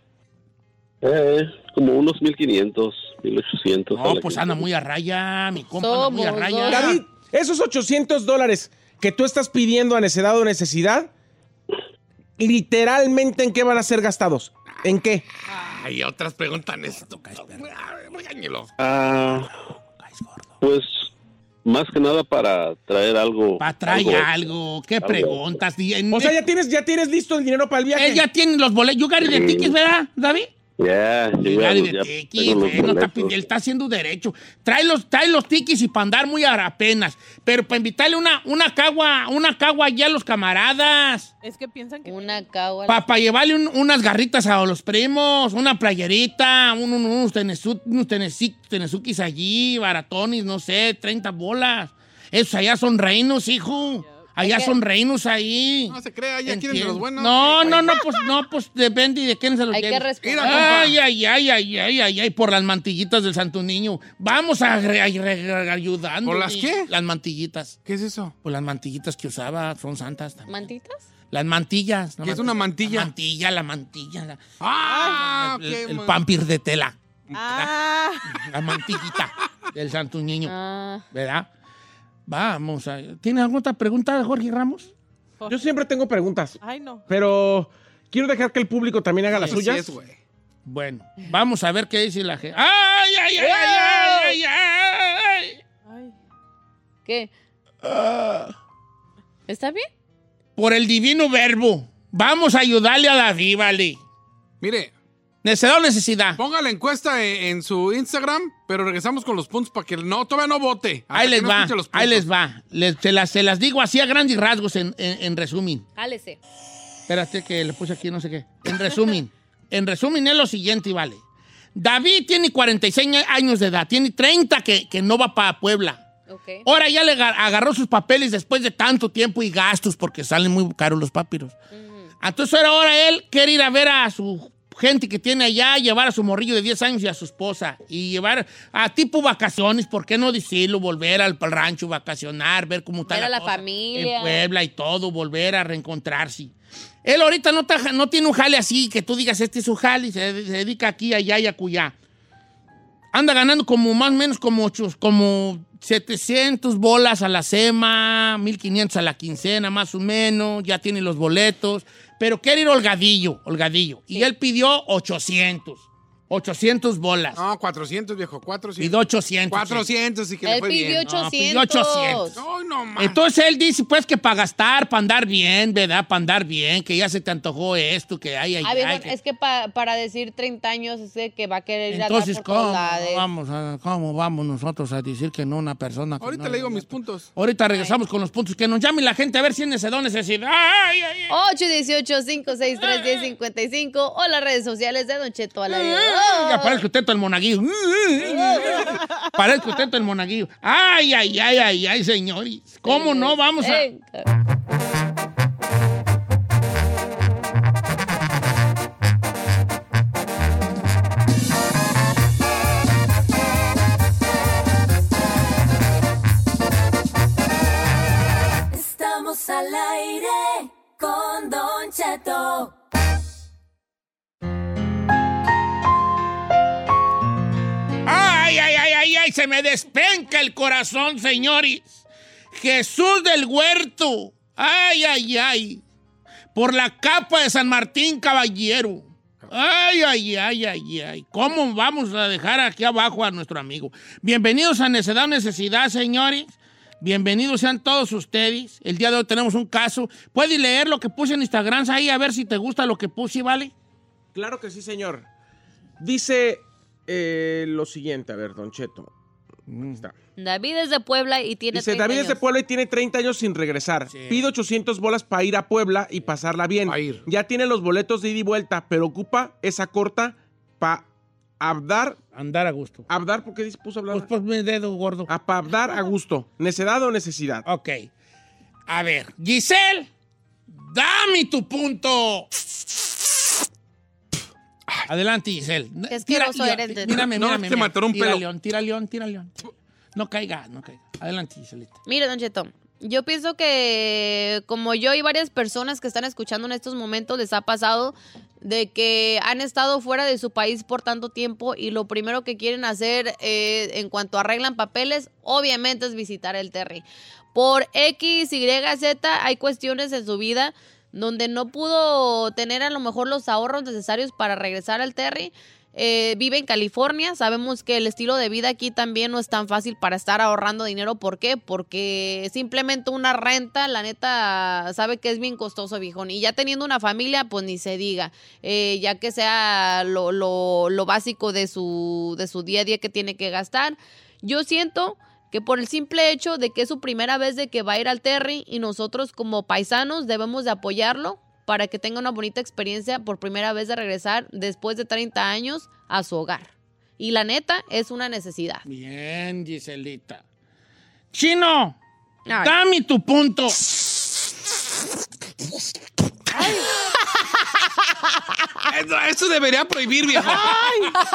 I: Eh, como unos 1500, 1800. a
B: No,
I: la
B: pues
I: que-
B: anda muy a raya, mi compa, anda muy a
D: Somos
B: raya.
D: dos.
E: David, esos 800 dólares que tú estás pidiendo a necesidad o necesidad, literalmente, ¿en qué van a ser gastados? ¿En qué?
C: Ay, otras preguntan esto. Ah, Regáñelo.
I: Ah, pues más que nada para traer algo.
B: Para traer algo, ¿qué preguntas? Di- en-
E: O sea, ya tienes, ya tienes listo el dinero para el viaje.
B: Él ya tiene los boletos. You got it de tickets, ¿verdad, David?
I: Ya, yo
B: You
I: ya-
B: got it de
I: ya
B: tickets,
I: tengo los
B: bueno, está,
I: boletos.
B: él está haciendo derecho. Trae los, trae los tickets y para andar muy a apenas. Pero para invitarle una, una cagua, una cagua ya a los camaradas.
F: Es que piensan que.
D: Una cagua.
B: Para llevarle un- unas garritas a los primos, una playerita, un- un- unos, tenesu- unos tenesi- tenesukis allí, baratones, no sé, 30 bolas. Esos allá son reinos, hijo. Allá son reinos ahí.
C: No se crea, ya quieren de
B: ¿Entiendes?
C: los buenos.
B: No,
C: Sí,
B: no,
C: güey.
B: no, pues, no, pues depende de quién se los
D: Hay que
B: lleve.
D: responder.
C: Mira, compa.
B: Ay, ay, ay, ay, ay, ay, ay, por las mantillitas del Santo Niño. Vamos a re- a- re- ayudando.
C: ¿Por las qué?
B: Las mantillitas.
C: ¿Qué es eso?
B: Por las mantillitas que usaba, son santas también.
D: ¿Mantitas?
B: Las mantillas.
C: ¿Qué es una mantilla?
B: La mantilla, la mantilla. la-
C: Ah,
B: el,
C: qué
B: el
C: mon-
B: pampir de tela.
F: Ah,
B: La mantillita del santo niño.
D: Ah.
B: ¿Verdad? Vamos. a- ¿Tiene alguna otra pregunta, Jorge Ramos?
E: Yo siempre tengo preguntas,
F: ay, no.
E: pero quiero dejar que el público también haga las
C: Así
E: suyas.
C: es, güey.
B: Bueno, vamos a ver qué dice la gente. ¡Ay, ay, ay, ay, ay, ay, ay!
F: Ay.
D: ¿Qué? ¿Está bien?
B: Por el divino verbo. Vamos a ayudarle a David, vale.
C: Mire,
B: Necesidad o necesidad.
C: ponga la encuesta e- en, su Instagram, pero regresamos con los puntos para que no, todavía no vote. Hasta
B: Ahí
C: Ah, que
B: les
C: no
B: va,
C: escuche los
B: ahí les
C: puntos.
B: va. Les- se, las, se las digo así a grandes rasgos en- en- en resumen.
D: Jálese.
B: Espérate que le puse aquí no sé qué. En resumen, en resumen es lo siguiente, y vale. David tiene 46 a- años de edad, tiene 30 que, que no va para Puebla.
D: Ok.
C: Oh,
B: Ahora ya le aga- agarró sus papeles después de tanto tiempo y gastos porque salen muy caros los papiros. Entonces ahora, ahora él quiere ir a ver a su gente que tiene allá, llevar a su morrillo de 10 años y a su esposa y llevar a tipo vacaciones, ¿por qué no decirlo? Volver al pal rancho, vacacionar, ver cómo está
D: Ver a la
B: cosa
D: familia.
B: En Puebla y todo, volver a reencontrarse. Él ahorita no, taja- no tiene un jale así, que tú digas, este es su jale, y se, se dedica aquí, allá y acullá. Anda ganando como más o menos como, ocho- como 700 bolas a la SEMA, 1500 a la quincena más o menos, ya tiene los boletos, pero quiere ir holgadillo, holgadillo. Y él pidió 800. 800 bolas.
C: No, 400, viejo, 400.
B: Y de 800.
C: 400 y que le
J: Él
C: fue
J: pidió
C: bien.
J: 800.
B: pidió 800.
C: No, no, man.
B: Entonces él dice, pues, que para gastar, para andar bien, ¿verdad? Para andar bien, que ya se te antojó esto, que hay, hay,
D: A ver,
B: hay,
D: bueno,
B: que-
D: es que pa- para decir 30 años es de que va a querer ir a dar
B: Entonces,
D: por
B: ¿cómo
D: todos lados.
B: vamos, a- cómo vamos nosotros a decir que no una persona? que
C: Ahorita
B: no
C: le digo
B: nos-
C: mis puntos.
B: Ahorita regresamos con los puntos. Que nos llame la gente a ver si en ese don necesidad. ¡Ay, ay, ay!
D: 818-563-1055 o las redes sociales de Don Cheto al aire. Oh.
B: Ya parece usted todo el monaguillo. parece usted todo el monaguillo. Ay, ay, ay, ay, ay, señores. ¿Cómo no vamos a...?
D: Venga.
K: Estamos al aire con Don Cheto.
B: Ay, ay, ay, ay, ay, se me despenca el corazón, señores. Jesús del huerto. Ay, ay, ay. Por la capa de San Martín, caballero. Ay, ay, ay, ay, ay. ¿Cómo vamos a dejar aquí abajo a nuestro amigo? Bienvenidos a Necedad Necesidad, señores. Bienvenidos sean todos ustedes. El día de hoy tenemos un caso. Puedes leer lo que puse en Instagram ahí a ver si te gusta lo que puse, ¿vale?
E: Claro que sí, señor. Dice eh, lo siguiente, a ver, Don Cheto.
B: Mm.
E: Aquí está.
L: David es de Puebla y tiene
E: Dice,
L: 30
E: David es de
L: años.
E: Puebla y tiene 30 años sin regresar.
B: Sí.
E: Pide 800 bolas para ir a Puebla y pasarla bien.
C: Pa' ir.
E: Ya tiene los boletos de ida y vuelta, pero ocupa esa corta para abdar.
B: Andar a gusto.
E: ¿Abdar? ¿Por qué dice- puso hablar?
B: Pues, pues mi dedo gordo.
E: a para abdar a gusto. ¿Necedad o necesidad?
B: Ok. A ver, Giselle, dame tu punto. Adelante, Giselle.
D: Qué asqueroso
B: mira,
D: eres, de-
B: mírame,
C: No,
B: mírame.
C: te
B: mira.
C: mataron un
B: tira
C: pelo.
B: león, tira león, tira león. No caiga, no caiga. Adelante, Giselle.
D: Mire, Don Cheto, yo pienso que como yo y varias personas que están escuchando en estos momentos les ha pasado de que han estado fuera de su país por tanto tiempo y lo primero que quieren hacer eh, en cuanto arreglan papeles, obviamente es visitar el Terry. Por X, Y, Z hay cuestiones en su vida donde no pudo tener a lo mejor los ahorros necesarios para regresar al Terry. Eh, vive en California, sabemos que el estilo de vida aquí también no es tan fácil para estar ahorrando dinero. ¿Por qué? Porque simplemente una renta, la neta, sabe que es bien costoso, viejón. Y ya teniendo una familia, pues ni se diga, Eh, ya que sea lo, lo- lo básico de su, de su día a día que tiene que gastar. Yo siento que por el simple hecho de que es su primera vez de que va a ir al Terry y nosotros como paisanos debemos de apoyarlo para que tenga una bonita experiencia por primera vez de regresar después de 30 años a su hogar. Y la neta es una necesidad.
B: Bien, Giselita. Chino,
D: Ay.
B: dame tu punto.
C: Eso, eso debería prohibir, viejo.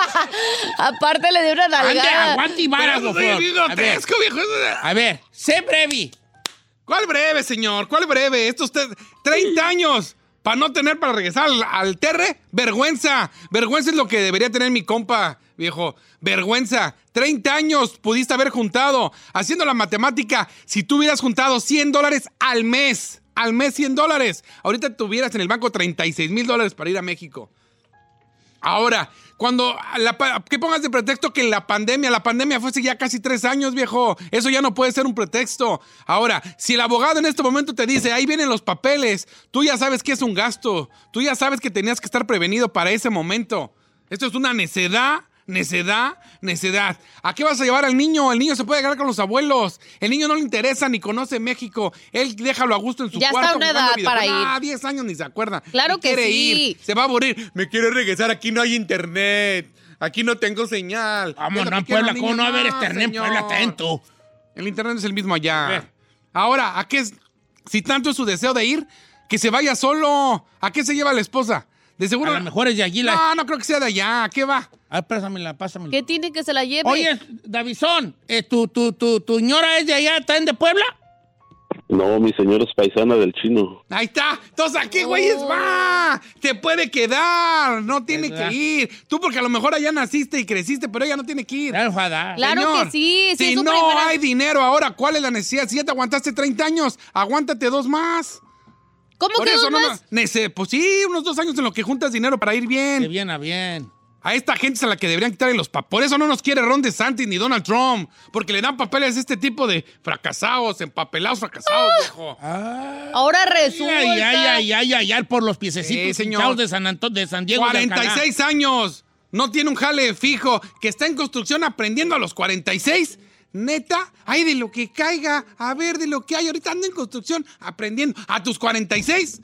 D: Aparte le dio una
B: Ande,
D: nalgada.
B: aguante y varas,
C: Eso
B: por
C: soy
B: favor.
C: bien
B: A ver,
C: grotesco, viejo. Eso de-
B: a ver, sé breve.
C: ¿Cuál breve, señor? ¿Cuál breve? Esto usted, 30 años para no tener para regresar al, al terre. Vergüenza. Vergüenza es lo que debería tener mi compa, viejo. Vergüenza. 30 años pudiste haber juntado. Haciendo la matemática, si tú hubieras juntado 100 dólares al mes, al mes 100 dólares, ahorita tuvieras en el banco 36 mil dólares para ir a México. Ahora, cuando la, pa- ¿qué pongas de pretexto que la pandemia? La pandemia fue hace ya casi tres años, viejo. Eso ya no puede ser un pretexto. Ahora, si el abogado en este momento te dice, ahí vienen los papeles, tú ya sabes que es un gasto. Tú ya sabes que tenías que estar prevenido para ese momento. Esto es una necedad. Necedad, necedad. ¿A qué vas a llevar al niño? El niño se puede quedar con los abuelos. El niño no le interesa ni conoce México. Él déjalo a gusto en su
D: Ya está
C: cuarto.
D: una
C: jugando
D: edad para
C: videojuegos.
D: ir.
C: Ah, 10 años ni se acuerda.
D: Claro
C: Ni
D: que
C: quiere
D: sí.
C: ir. Se va a aburrir. Me quiero regresar, aquí no hay internet. Aquí no tengo señal. Es
B: Vamos,
C: lo
B: no,
C: que
B: en
C: quieren
B: Puebla,
C: los
B: ¿cómo no va a
C: niños.
B: haber internet en
C: señor.
B: Puebla atento?
C: El internet es el mismo
B: A
C: allá.
B: ver.
C: Ahora, ¿a qué es- si tanto es su deseo de ir, que se vaya solo? ¿A qué se lleva la esposa? De
B: A
C: seguro.
B: lo mejor es de allí la...
C: No, no creo que sea de allá. ¿A qué va?
B: A ver, pásamela, pásamela.
D: ¿Qué tiene que se la lleve?
B: Oye, Davison, eh, tu, tu, tu, tu señora es de allá, ¿está en de Puebla?
M: No, mi señora es paisana del chino.
C: Ahí está. Entonces, ¿a qué güeyes va? Te puede quedar. No tiene
B: Pues, ¿Verdad?
C: que ir. Tú, porque a lo mejor allá naciste y creciste, pero ella no tiene que ir.
B: Ya, enfadada.
D: Claro que sí, sí,
C: si
D: es su
C: no
D: primera-
C: hay dinero ahora, ¿cuál es la necesidad? Si ya te aguantaste 30 años, aguántate dos más.
D: ¿Cómo que dos
C: no,
D: más?
C: no, nece- pues sí, unos dos años en lo que juntas dinero para ir
B: De
C: bien.
B: bien a bien.
C: A esta gente es a la que deberían quitarle los papeles. Por eso no nos quiere Ron DeSantis ni Donald Trump. Porque le dan papeles a este tipo de fracasados, empapelados, fracasados, viejo. Ah.
G: Ahora resulta.
B: Ay, ay, ay, ay, ay, ay, por los
C: Sí,
B: piececitos
C: señor.
B: hinchados de San, Anto- de San Diego. de Alcalá.
C: 46 años. No tiene un jale fijo. Que está en construcción aprendiendo a los 46. Neta, ay, de lo que caiga. A ver, de lo que hay. Ahorita ando en construcción aprendiendo. A tus 46.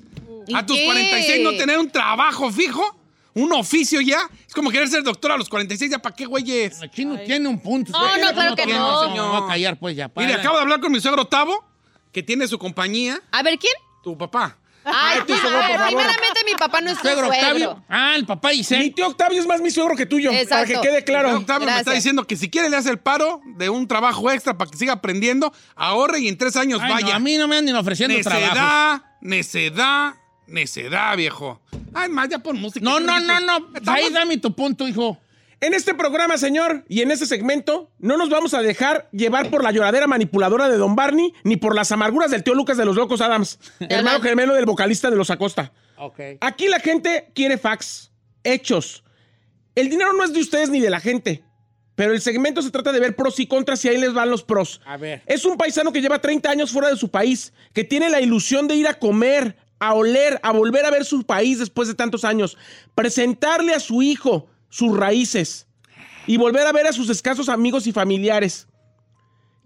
C: A tus
G: qué?
C: 46 no tener un trabajo fijo. Un oficio ya. Es como querer ser doctor a los 46. ¿Ya para qué, güeyes?
B: El chino tiene un punto.
G: No, no, claro que
B: tiene,
G: no.
B: señor. Vamos a callar, pues, ya.
C: Mire,
B: para.
C: acabo de hablar con mi suegro Tavo, que tiene su compañía,
G: A ver, ¿quién?
C: tu papá.
G: Ay,
E: tú, suegro,
G: a ver,
E: por favor.
G: primeramente mi papá no es tu
B: Suegro
G: suegro.
B: Octavio. Ah, el papá
E: Mi
B: dice.
E: tío Octavio es más mi suegro que tuyo. Para
G: Exacto.
E: que quede
C: Pero
E: claro.
C: Octavio me está
G: Gracias.
C: diciendo que si quiere le hace el paro de un trabajo extra para que siga aprendiendo, ahorre y en tres años
B: Ay, no,
C: vaya.
B: a mí no me andan ofreciendo trabajo.
C: necedad, necedad, necedad, viejo. Ay, más ya pon música.
B: No, no, no, no.
C: Estamos-
B: Ahí dame tu punto, hijo.
E: En este programa, señor, y en este segmento, no nos vamos a dejar llevar por la lloradera manipuladora de Don Barney, ni por las amarguras del tío Lucas de los Locos Adams, hermano gemelo del vocalista de los Acosta.
B: Ok.
E: Aquí la gente quiere fax, hechos. El dinero no es de ustedes ni de la gente, pero el segmento se trata de ver pros y contras y ahí les van los pros.
B: A ver.
E: Es un paisano que lleva 30 años fuera de su país, que tiene la ilusión de ir a comer, a oler, a volver a ver su país después de tantos años, presentarle a su hijo sus raíces y volver a ver a sus escasos amigos y familiares.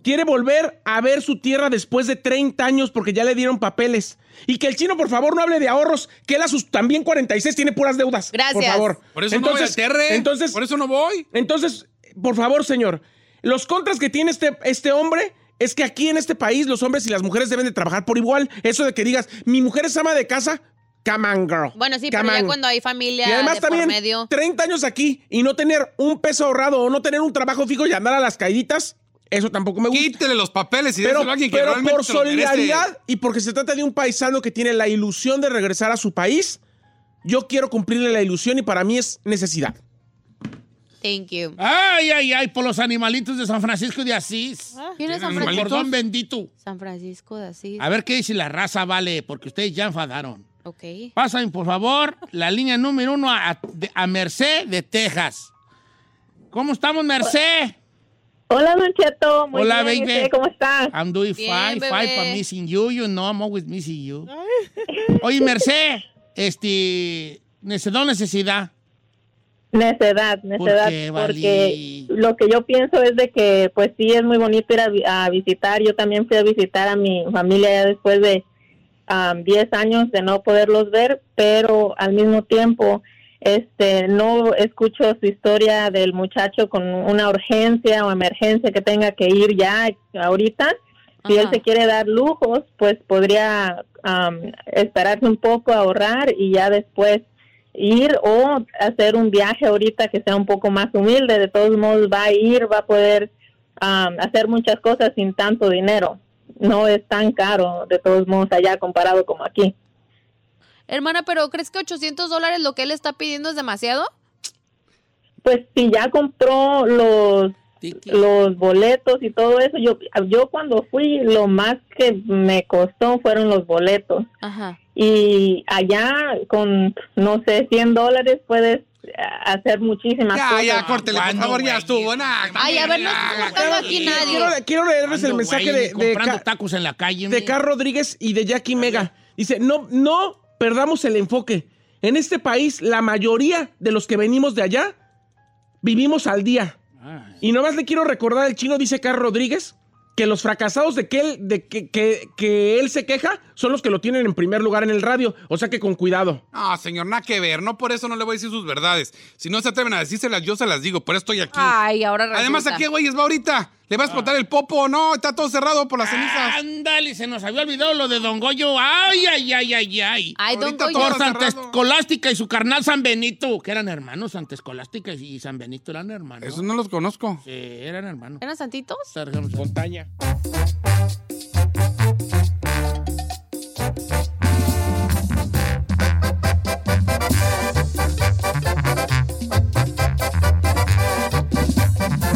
E: Quiere volver a ver su tierra después de 30 años porque ya le dieron papeles. Y que el chino, por favor, no hable de ahorros, que él a sus también 46 tiene puras deudas. Por
G: Gracias.
E: favor.
C: Por eso no voy al terre.
E: Entonces,
C: por eso no voy.
E: entonces, por favor, señor, los contras que tiene este, este hombre es que aquí en este país los hombres y las mujeres deben de trabajar por igual. Eso de que digas, mi mujer es ama de casa, come on, girl.
G: Bueno, sí,
E: come
G: pero ya
E: on".
G: cuando hay familia
E: Y además
G: de por
E: también,
G: medio.
E: 30 años aquí y no tener un peso ahorrado o no tener un trabajo fijo y andar a las caíditas, eso tampoco me gusta.
C: Quítele los papeles y
E: Pero,
C: déselo a alguien que
E: pero
C: realmente
E: por
C: se lo merece.
E: solidaridad y porque se trata de un paisano que tiene la ilusión de regresar a su país, yo quiero cumplirle la ilusión y para mí es necesidad.
G: Thank you.
B: Ay, ay, ay, por los animalitos de San Francisco de Asís.
G: ¿Quién es San
B: Por
G: Francisco?
B: Cordón bendito.
G: San Francisco de Asís.
B: A ver qué dice la raza, vale, porque ustedes ya enfadaron.
G: Ok.
B: Pasen, por favor, la línea número uno a, a- de- a Merced de Texas. ¿Cómo estamos, Merced?
N: Hola, Don Cheto. Muy
B: Hola,
N: bien, ¿y
B: baby.
N: usted ¿Cómo está?
B: I'm doing
G: Bien,
B: fine, fine,
G: bebé.
B: but missing you, you know, I'm always missing you. Oye, Merced, este, necesito necesidad.
N: Necedad, necedad.
B: qué, Vali?
N: porque lo que yo pienso es de que, pues sí, es muy bonito ir a, vi- a visitar. Yo también fui a visitar a mi familia ya después de ah, 10 años de no poderlos ver, pero al mismo tiempo este no escucho su historia del muchacho con una urgencia o emergencia que tenga que ir ya ahorita. Si él
G: Ajá.
N: se quiere dar lujos, pues podría am, esperarse un poco, ahorrar y ya después ir o hacer un viaje ahorita que sea un poco más humilde. De todos modos, va a ir, va a poder am, hacer muchas cosas sin tanto dinero. No es tan caro, de todos modos, allá comparado como aquí.
G: Hermana, pero ¿crees que 800 dólares lo que él está pidiendo es demasiado?
N: Pues si ya compró los los boletos y todo eso, yo yo cuando fui lo más que me costó fueron los boletos.
G: Ajá.
N: y allá con no sé 100 dólares puedes eh, hacer muchísimas
C: Ya,
N: cosas.
C: ya, córtele, por favor, ya estuvo. Nah,
G: Ay, a ver, no
C: nah,
G: estoy
C: nah,
G: matando aquí
E: Quiero-
G: nadie.
E: Quiero, quiero leerles el
B: Ando,
E: mensaje
B: güey,
E: de, de,
B: comprando
E: Ca-
B: tacos en la calle.
E: de
B: mi.
E: Carl Rodríguez y de Jackie Mega. Dice, no, no perdamos el enfoque. En este país, la mayoría de los que venimos de allá vivimos al día.
B: Ay.
E: Y nomás le quiero recordar al chino, dice Carl Rodríguez, que los fracasados de, que él, de que, que- que él se queja son los que lo tienen en primer lugar en el radio. O sea que con cuidado.
C: No, señor, nada que ver. No por eso no le voy a decir sus verdades. Si no se atreven a decírselas, yo se las digo. Por eso estoy aquí.
G: Ay, ahora resulta.
C: Además, ¿a qué güeyes va ahorita? ¿Le va a explotar
B: Ah.
C: el popo? No, está todo cerrado por las cenizas.
B: Ándale, se nos había olvidado lo de Don Goyo. Ay, ay, ay, ay, ay.
G: Ay, don
C: Ahorita
G: Goyo.
C: todo
B: Por
C: está
B: Santa
C: cerrado.
B: Escolástica y su carnal San Benito, que eran hermanos, Santa Escolástica y San Benito eran hermanos.
C: Eso no los conozco.
B: Sí, eran hermanos.
G: ¿Eran santitos?
E: Montaña.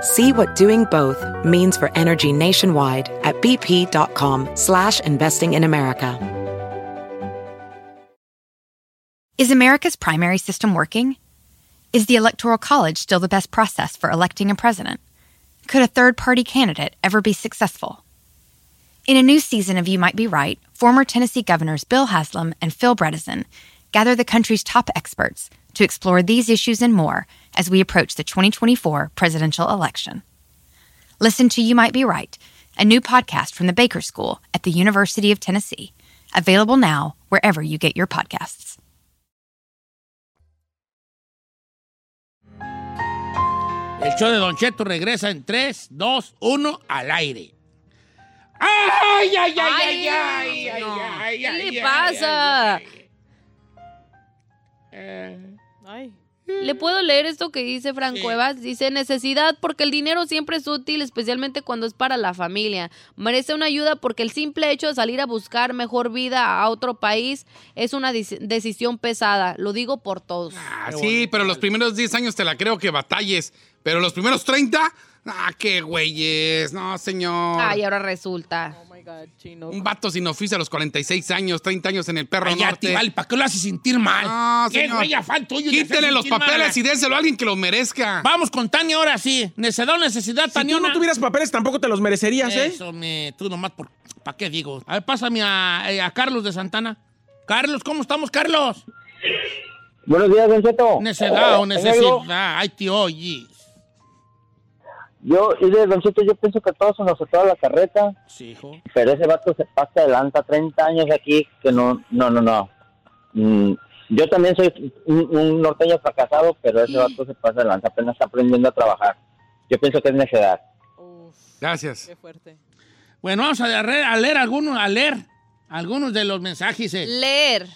A: See what doing both means for energy nationwide at bp.com slash investing in America.
O: Is America's primary system working? Is the Electoral College still the best process for electing a president? Could a third party candidate ever be successful? In a new season of You Might Be Right, former Tennessee governors Bill Haslam and Phil Bredesen gather the country's top experts to explore these issues and more as we approach the 2024 presidential election. Listen to You Might Be Right, a new podcast from the Baker School at the University of Tennessee, available now wherever you get your podcasts.
B: El show de Don Cheto regresa en 3, 2, 1, al aire. ¡Ay, ay, ay, ay, ay! ay, ay, ay, ay,
D: ¿Qué
B: ay,
D: le pasa?
F: Ay.
D: ¿Le puedo leer esto que dice Fran Cuevas? Dice, necesidad porque el dinero siempre es útil, especialmente cuando es para la familia. Merece una ayuda porque el simple hecho de salir a buscar mejor vida a otro país es una dis- decisión pesada. Lo digo por todos.
C: Ah, sí, pero los primeros 10 años te la creo que batalles. Pero los primeros 30, ah, qué güeyes. No, señor.
D: Ay, ahora resulta.
C: Un vato sin oficio a los 46 años, 30 años en el perro
B: Cállate,
C: norte.
B: vale, ¿para qué lo haces sentir mal?
C: No,
B: ¿Qué
C: Ah, señor.
B: güey afán tuyo? de hacer
C: Quítele los
B: sentir mal a la
C: papeles y déselo a alguien que lo merezca.
B: Vamos con Tania ahora sí. Necesidad o necesidad,
E: Si tú
B: Taniona.
E: no tuvieras papeles, tampoco te los merecerías, ¿eh?
B: Eso, me, tú nomás, por, ¿para qué digo? A ver, pásame a, eh, a Carlos de Santana. Carlos, ¿cómo estamos, Carlos?
P: Buenos días, Don Cheto.
B: Necesidad o
P: Eh, señor,
B: necesidad. Ay, tío, oye.
P: Yo, mire, Don Cheto, yo pienso que todos se nos ató la carreta,
B: Sí, hijo.
P: pero ese vato se pasa adelanta 30 años aquí, que no, no, no, no. Mm, yo también soy un, un norteño fracasado, pero ese vato se pasa adelanta, apenas está aprendiendo a trabajar. Yo pienso que es necedad.
C: Gracias.
F: Qué fuerte.
B: Bueno, vamos a leer, a leer algunos, a leer algunos de los mensajes. eh.
D: Leer.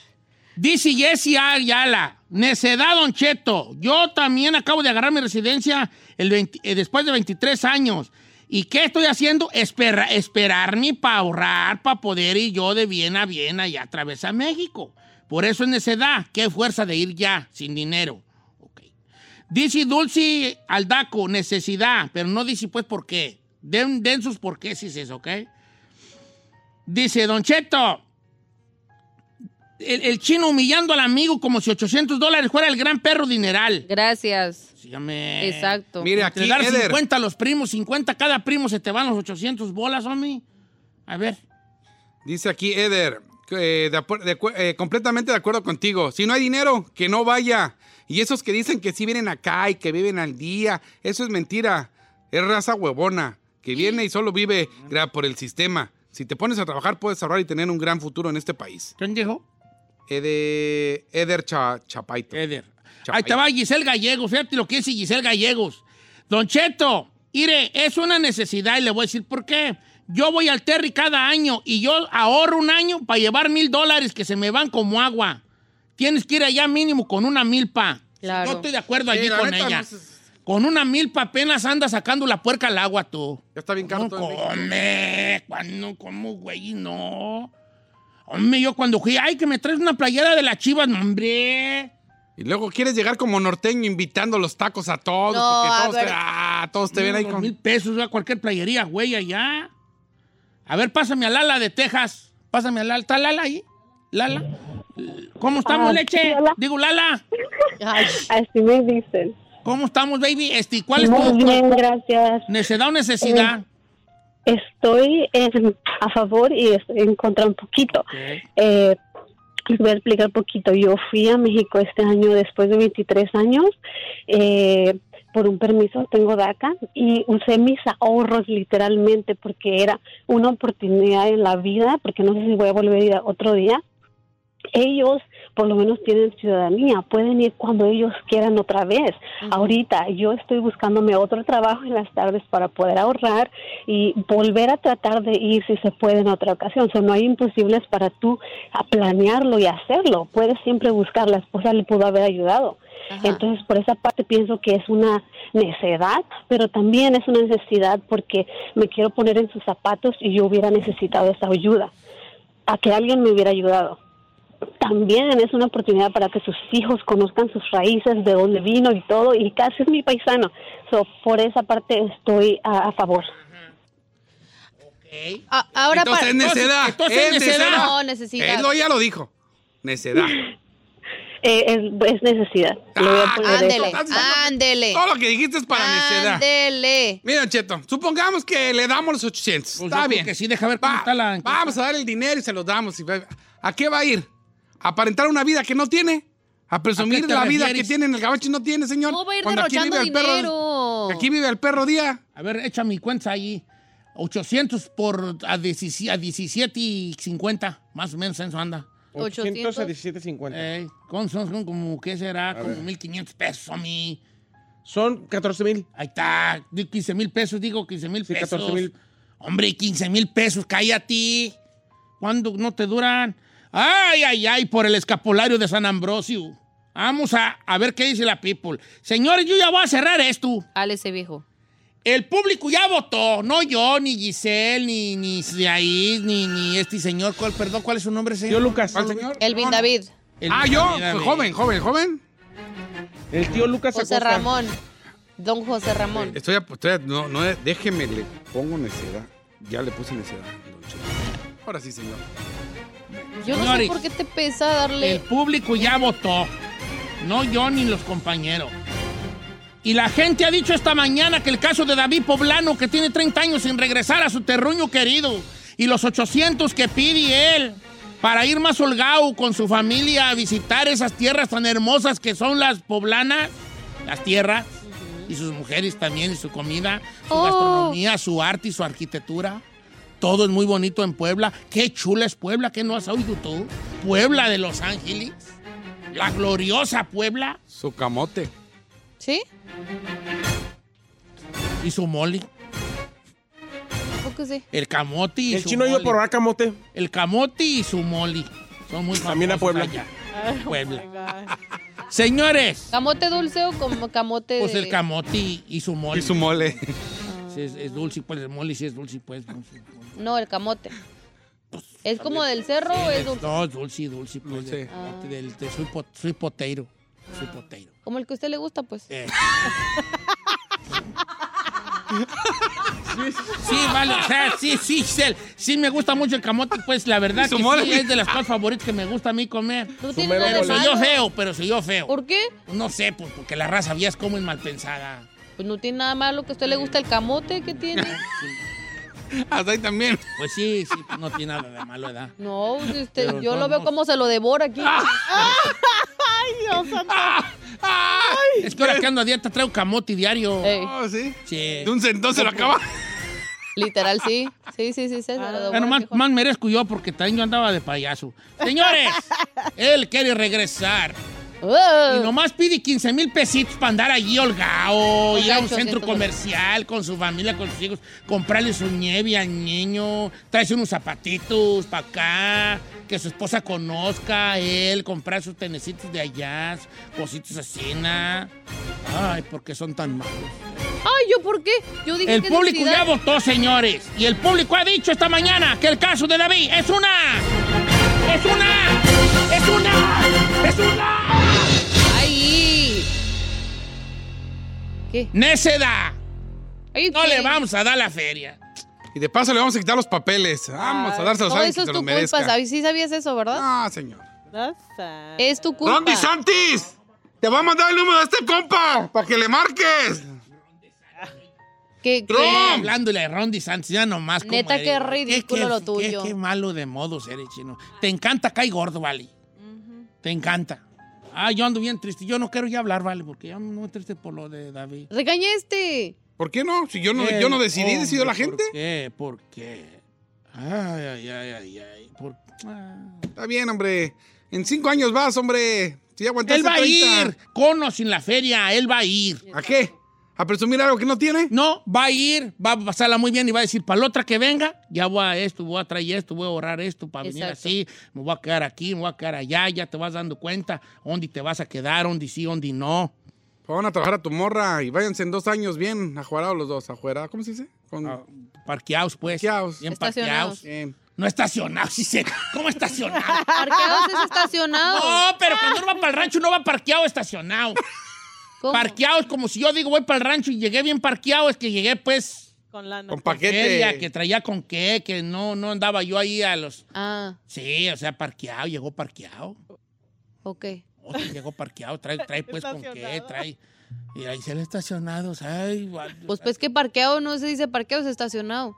B: Dice Jessy Ayala, necedad, Don Cheto. Yo también acabo de agarrar mi residencia el 20 eh, después de 23 años. ¿Y qué estoy haciendo? Espera, esperarme para ahorrar, para poder ir yo de bien a bien allá a través a México. Por eso es necedad. Qué fuerza de ir ya, sin dinero. Ok. Dice Dulce Aldaco, necesidad, pero no dice pues por qué. Den, den sus porqués, es eso, ¿ok? Dice, Don Cheto, el, el chino humillando al amigo como si 800 dólares fuera el gran perro dineral.
D: Gracias. Exacto.
B: Mire, aquí, 50 a los primos, 50 a cada primo, se te van los 800 bolas, homie. A ver.
C: Dice aquí Eder, que, eh, de acuer- de acuer- eh, completamente de acuerdo contigo. Si no hay dinero, que no vaya. Y esos que dicen que sí vienen acá y que viven al día, eso es mentira. Es raza huevona, que viene y solo vive gra- por el sistema. Si te pones a trabajar, puedes ahorrar y tener un gran futuro en este país.
B: ¿Quién dijo?
C: Eder, Eder Cha- Chapaito.
B: Eder. Ahí te va Giselle Gallegos, fíjate lo que dice Giselle Gallegos. Don Cheto, mire, es una necesidad y le voy a decir por qué. Yo voy al Terry cada año y yo ahorro un año para llevar mil dólares que se me van como agua. Tienes que ir allá mínimo con una milpa.
D: Claro.
B: Yo estoy de acuerdo
C: Sí,
B: allí
C: la
B: con
C: neta,
B: ella.
C: no sé-
B: Con una milpa apenas anda sacando la puerca al agua tú.
C: Ya está bien caro
B: No
C: todo en
B: come,
C: México.
B: cuando, como güey, no. Hombre, yo cuando fui, ay, que me traes una playera de la chivas, no, hombre.
C: Y luego quieres llegar como norteño invitando los tacos a todos,
B: No,
C: porque
B: a
C: todos,
B: ver.
C: te, ah, todos te ven ahí
B: Unos
C: con...
B: mil pesos a cualquier playería, güey, allá. A ver, pásame a Lala de Texas. Pásame a Lala. ¿Está Lala ahí? Lala. ¿Cómo estamos,
N: Ah,
B: leche?
N: sí, hola.
B: Digo, Lala.
N: Así me dicen.
B: ¿Cómo estamos, baby? Este, ¿Cuál es
N: Muy
B: tu
N: bien, gracias.
B: necesidad o necesidad?
N: Estoy en- a favor y estoy en contra un poquito.
B: Ok.
N: Eh, les voy a explicar un poquito. Yo fui a México este año después de 23 años eh, por un permiso, tengo DACA, y usé mis ahorros literalmente porque era una oportunidad en la vida, porque no sé si voy a volver a ir otro día.
Q: ellos por lo menos tienen ciudadanía, pueden ir cuando ellos quieran otra vez. Ahorita yo estoy buscándome otro trabajo en las tardes para poder ahorrar y volver a tratar de ir si se puede en otra ocasión. O sea, no hay imposibles para tú a planearlo y hacerlo. Puedes siempre buscar, la esposa le pudo haber ayudado. Entonces, por esa parte pienso que es una necedad, pero también es una necesidad porque me quiero poner en sus zapatos y yo hubiera necesitado esa ayuda, a que alguien me hubiera ayudado. También es una oportunidad para que sus hijos conozcan sus raíces, de dónde vino y todo, y casi es mi paisano. So, por esa parte estoy a, a favor.
D: A- ahora
C: Entonces
D: para-
C: es necedad.
D: Entonces es necedad. No, necesita.
C: Él lo- ya lo dijo. Necedad.
Q: Eh, es, es necesidad. Le voy a poner eso.
D: Ándele, ándele.
C: Todo lo que dijiste es para necedad.
D: Ándele.
C: Mira, Cheto, supongamos que le damos los 800.
B: Pues yo
C: está
B: creo
C: bien.
B: que sí, deja ver
C: Va, Vamos a dar el dinero y se los damos. y va- ¿A qué va a ir? ¿A aparentar una vida que no tiene? ¿A
B: ¿A
C: presumir
B: qué te
C: la vida que
B: refieres?
C: tiene en el gabacho y no tiene, Este señor?
D: No va a ir
C: Cuando aquí
D: derrochando
C: vive el perro-
D: dinero.
C: que aquí vive el perro día.
B: A ver, echa mi cuenta ahí. 800 por a, 17 a 17 y 50, más o menos en eso anda.
E: 800 a 17.50.
B: Eh, con, son, son como, ¿qué será? como 1.500 pesos a mí.
E: Son 14 mil.
B: Ahí está, di- 15 mil pesos, digo 15 mil
E: Sí,
B: pesos.
E: 14 mil.
B: Hombre, 15 mil pesos, cállate. ¿Cuándo no te duran? Ay, ay, ay, por el escapulario de San Ambrosio. Vamos a, a ver qué dice la people. Señores, yo ya voy a cerrar esto.
D: Dale ese viejo.
B: El público ya votó, no yo, ni Giselle, ni, ni de ahí, ni, ni este señor. ¿Cuál, perdón, ¿cuál es su nombre, señor?
E: Yo, Lucas.
B: ¿Cuál señor?
D: Elvin David.
B: El-
C: Ah, yo,
B: Mira,
C: pues,
B: mira.
C: joven, joven, joven.
E: El tío Lucas
D: José Ramón. Don José Ramón.
C: Estoy, a- estoy a- no, no, eh, déjeme, le pongo necedad. Ya le puse necedad. don Cheto. Ahora sí, señor.
D: Yo no sé
B: Señores. Eh.
D: por qué te pesa darle.
B: El público ya votó. No yo ni los compañeros. Y la gente ha dicho esta mañana que el caso de David Poblano, que tiene 30 años sin regresar a su terruño querido, y los 800 que pide él para ir más holgado con su familia a visitar esas tierras tan hermosas que son las poblanas, las tierras, y sus mujeres también, y su comida, su
D: Oh.
B: gastronomía, su arte y su arquitectura. Todo es muy bonito en Puebla. Qué chula es Puebla, que no has oído tú. Puebla de Los Ángeles. La gloriosa Puebla
C: Su camote.
D: ¿Sí?
B: y su mole.
D: ¿Por qué sí?
B: El camote y
E: El
B: su
E: chino yo
B: mole.
E: por acá, mote.
B: El camote y su mole. Son muy
E: También a
B: famosos
E: Puebla.
B: allá, en
D: Oh
B: Puebla. Señores,
D: ¿Camote dulce o como camote
B: pues el
D: de-
B: camote y, y su mole.
C: Y su mole.
B: Sí, es, es dulce, pues el mole sí es dulce, pues. dulce.
D: No, el camote. ¿Es como del cerro o es dulce?
B: No, es dulce, dulce, pues. de-
C: Dulce.
B: del- de- soy, po- soy potato. Soy potato.
D: Como el que a usted le gusta, pues.
B: Eh. Sí, vale, o sea, sí, sí, Giselle, sí me gusta mucho el camote, pues la verdad
C: Y su
B: que
C: mole.
B: sí es de las cosas favoritas que me gusta a mí comer.
D: No tiene nada
B: Pero
D: de
B: soy yo
D: malo.
B: feo, pero soy yo feo.
D: ¿Por qué?
B: No sé, pues porque la raza vía es como es mal pensada.
D: Pues no tiene nada malo que a usted le gusta el camote que tiene.
C: Hasta ahí Ah, también.
B: Pues sí, sí, no tiene nada de malo, ¿verdad?
D: No, si usted-
B: Pero
D: yo
B: no,
D: lo veo
B: no.
D: como se lo devora aquí.
F: Dios santo.
C: Ah,
B: Es que ahora que ando a dieta traigo camote diario.
D: Ey,
C: Oh, sí.
B: Sí.
C: De un centón se lo acaba.
D: literal, sí. Sí, sí, sí, se
F: Ah.
D: lo devora.
B: Bueno, más,
D: viejo.
B: más merezco yo porque también yo andaba de payaso. Señores, él quiere regresar.
D: Ah.
B: Y nomás pide 15 mil pesitos para andar allí holgado, ir a un
D: Muchachos,
B: centro
D: entonces.
B: comercial con su familia, con sus hijos, comprarle su nieve al niño, traerse unos zapatitos para acá, que su esposa conozca a él, comprar sus tenecitos de allá, cositos de cena. Ay, ¿por qué son tan malos?
D: Ay, ¿yo por qué? Yo dije
B: El
D: que
B: público ya
D: necesidad.
B: votó, señores. Y el público ha dicho esta mañana que el caso de David es una. ¡Es una! ¡Es una! ¡Es una!
D: ¡Ay! ¿Qué?
B: ¡Necedad!
D: Ay,
B: No
D: ¿qué?
B: le vamos a dar la feria.
C: Y de paso le vamos a quitar los papeles. Vamos a dárselos a
D: Todo
C: alguien
D: eso
C: que
D: es tu
C: se los
D: culpa,
C: merezca.
D: ¿sabes? Sí sabías eso, ¿verdad?
C: Ah, señor.
F: No sé.
D: Es tu culpa.
C: ¡Ron Santis! ¡Te va a mandar el número de este compa! ¡Para que le marques!
D: ¿Qué, qué?
B: Trump. Hablándole de Ron DeSantis, ya nomás. como
D: Neta,
B: eres.
D: qué ridículo lo tuyo.
B: Qué, qué malo de modos eres, chino. Te encanta cae gordo, vale. Te encanta. Ah, yo ando bien triste. Yo no quiero ya hablar, vale, porque yo no me triste por lo de David.
D: Regaña este.
C: ¿Por qué no? Si yo no, yo no decidí,
B: Eh,
C: decidió la
B: hombre,
C: gente.
B: ¿Por qué? ¿Por qué? Ay, ay, ay, ay, ay. Por... Ah.
C: Está bien, hombre. En cinco años vas, hombre. Si ya aguantaste
B: Él va a
C: 30.
B: ir, con o sin la feria, él va a ir.
C: ¿A qué? ¿A presumir algo que no tiene?
B: No, va a ir, va a pasarla muy bien y va a decir, para la otra que venga, ya voy a esto, voy a traer esto, voy a ahorrar esto para venir
D: Exacto.
B: así, me voy a quedar aquí, me voy a quedar allá, ya te vas dando cuenta dónde te vas a quedar, dónde sí, dónde no.
C: Van a trabajar a tu morra y váyanse en dos años bien ajuarados los dos. Ajuera, ¿cómo se dice? Con...
B: Ah, parqueados, pues.
C: Parqueados.
B: Bien
D: Estacionados.
B: parqueados. No estacionados, sí sé. ¿Cómo estacionados?
D: Parqueados es estacionado.
B: No, pero cuando uno va para el rancho no va parqueado, estacionado.
D: ¿Cómo?
B: Parqueado es como si yo digo voy para el rancho y llegué bien parqueado, es que llegué pues
F: Con lana.
C: Con paquete.
B: feria, que traía con qué, que no, no andaba yo ahí a los...
D: Ah,
B: Sí, o sea, parqueado, llegó parqueado.
D: ok. Pues,
B: O sea, llegó parqueado, trae, trae pues con qué,
F: Estacionado.
B: trae... Y ahí se le estacionados, ay, guau.
D: Pues pues que parqueado no se dice parqueado, es estacionado.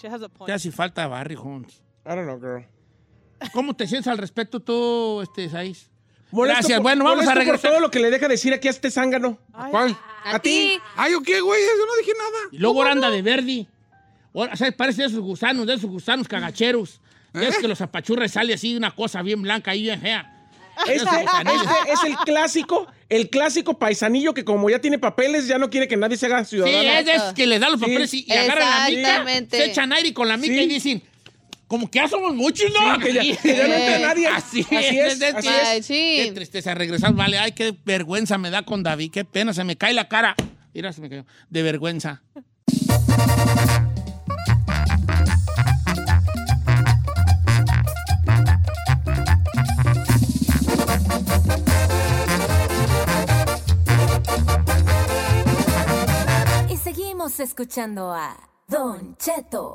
F: She has a point.
B: Te hace falta Barry Jones.
E: I don't know, girl.
B: ¿Cómo te sientes al respecto tú, este, Saiz?
E: Molesto
B: Gracias,
E: por-
B: bueno, vamos
E: molesto
B: a
E: Por
B: regresar.
E: todo lo que le deja decir aquí a este zángano.
F: Ay,
C: ¿Cuál?
D: ¿A ti?
C: Ay, ¿o qué, güey? Yo no dije nada.
B: Y luego ahora anda de Verdi. Ahora, ¿sabes? Parece de esos gusanos, de esos gusanos cagacheros. Ya Es que los apachurres sale así una cosa bien blanca y bien fea.
E: Este,
B: Esos gusanillos.
E: este es el clásico, el clásico paisanillo que como ya tiene papeles, ya no quiere que nadie se haga
B: Sí,
E: ciudadano.
B: es de esos que le dan los
E: Sí.
B: papeles y, y agarran la mica,
D: Exactamente.
B: se echan aire con la mica
E: Sí.
B: y dicen, como que ya somos muchos, ¿no?
E: Sí, que ya- que ya no entra nadie.
B: Así,
E: Así
B: es,
E: es,
B: es,
E: así
B: es.
D: Ay, sí.
B: Qué tristeza, regresar, vale. Ay, qué vergüenza me da con David, qué pena, se me cae la cara. Mira, se me cayó. De vergüenza.
K: Y seguimos escuchando a Don Cheto.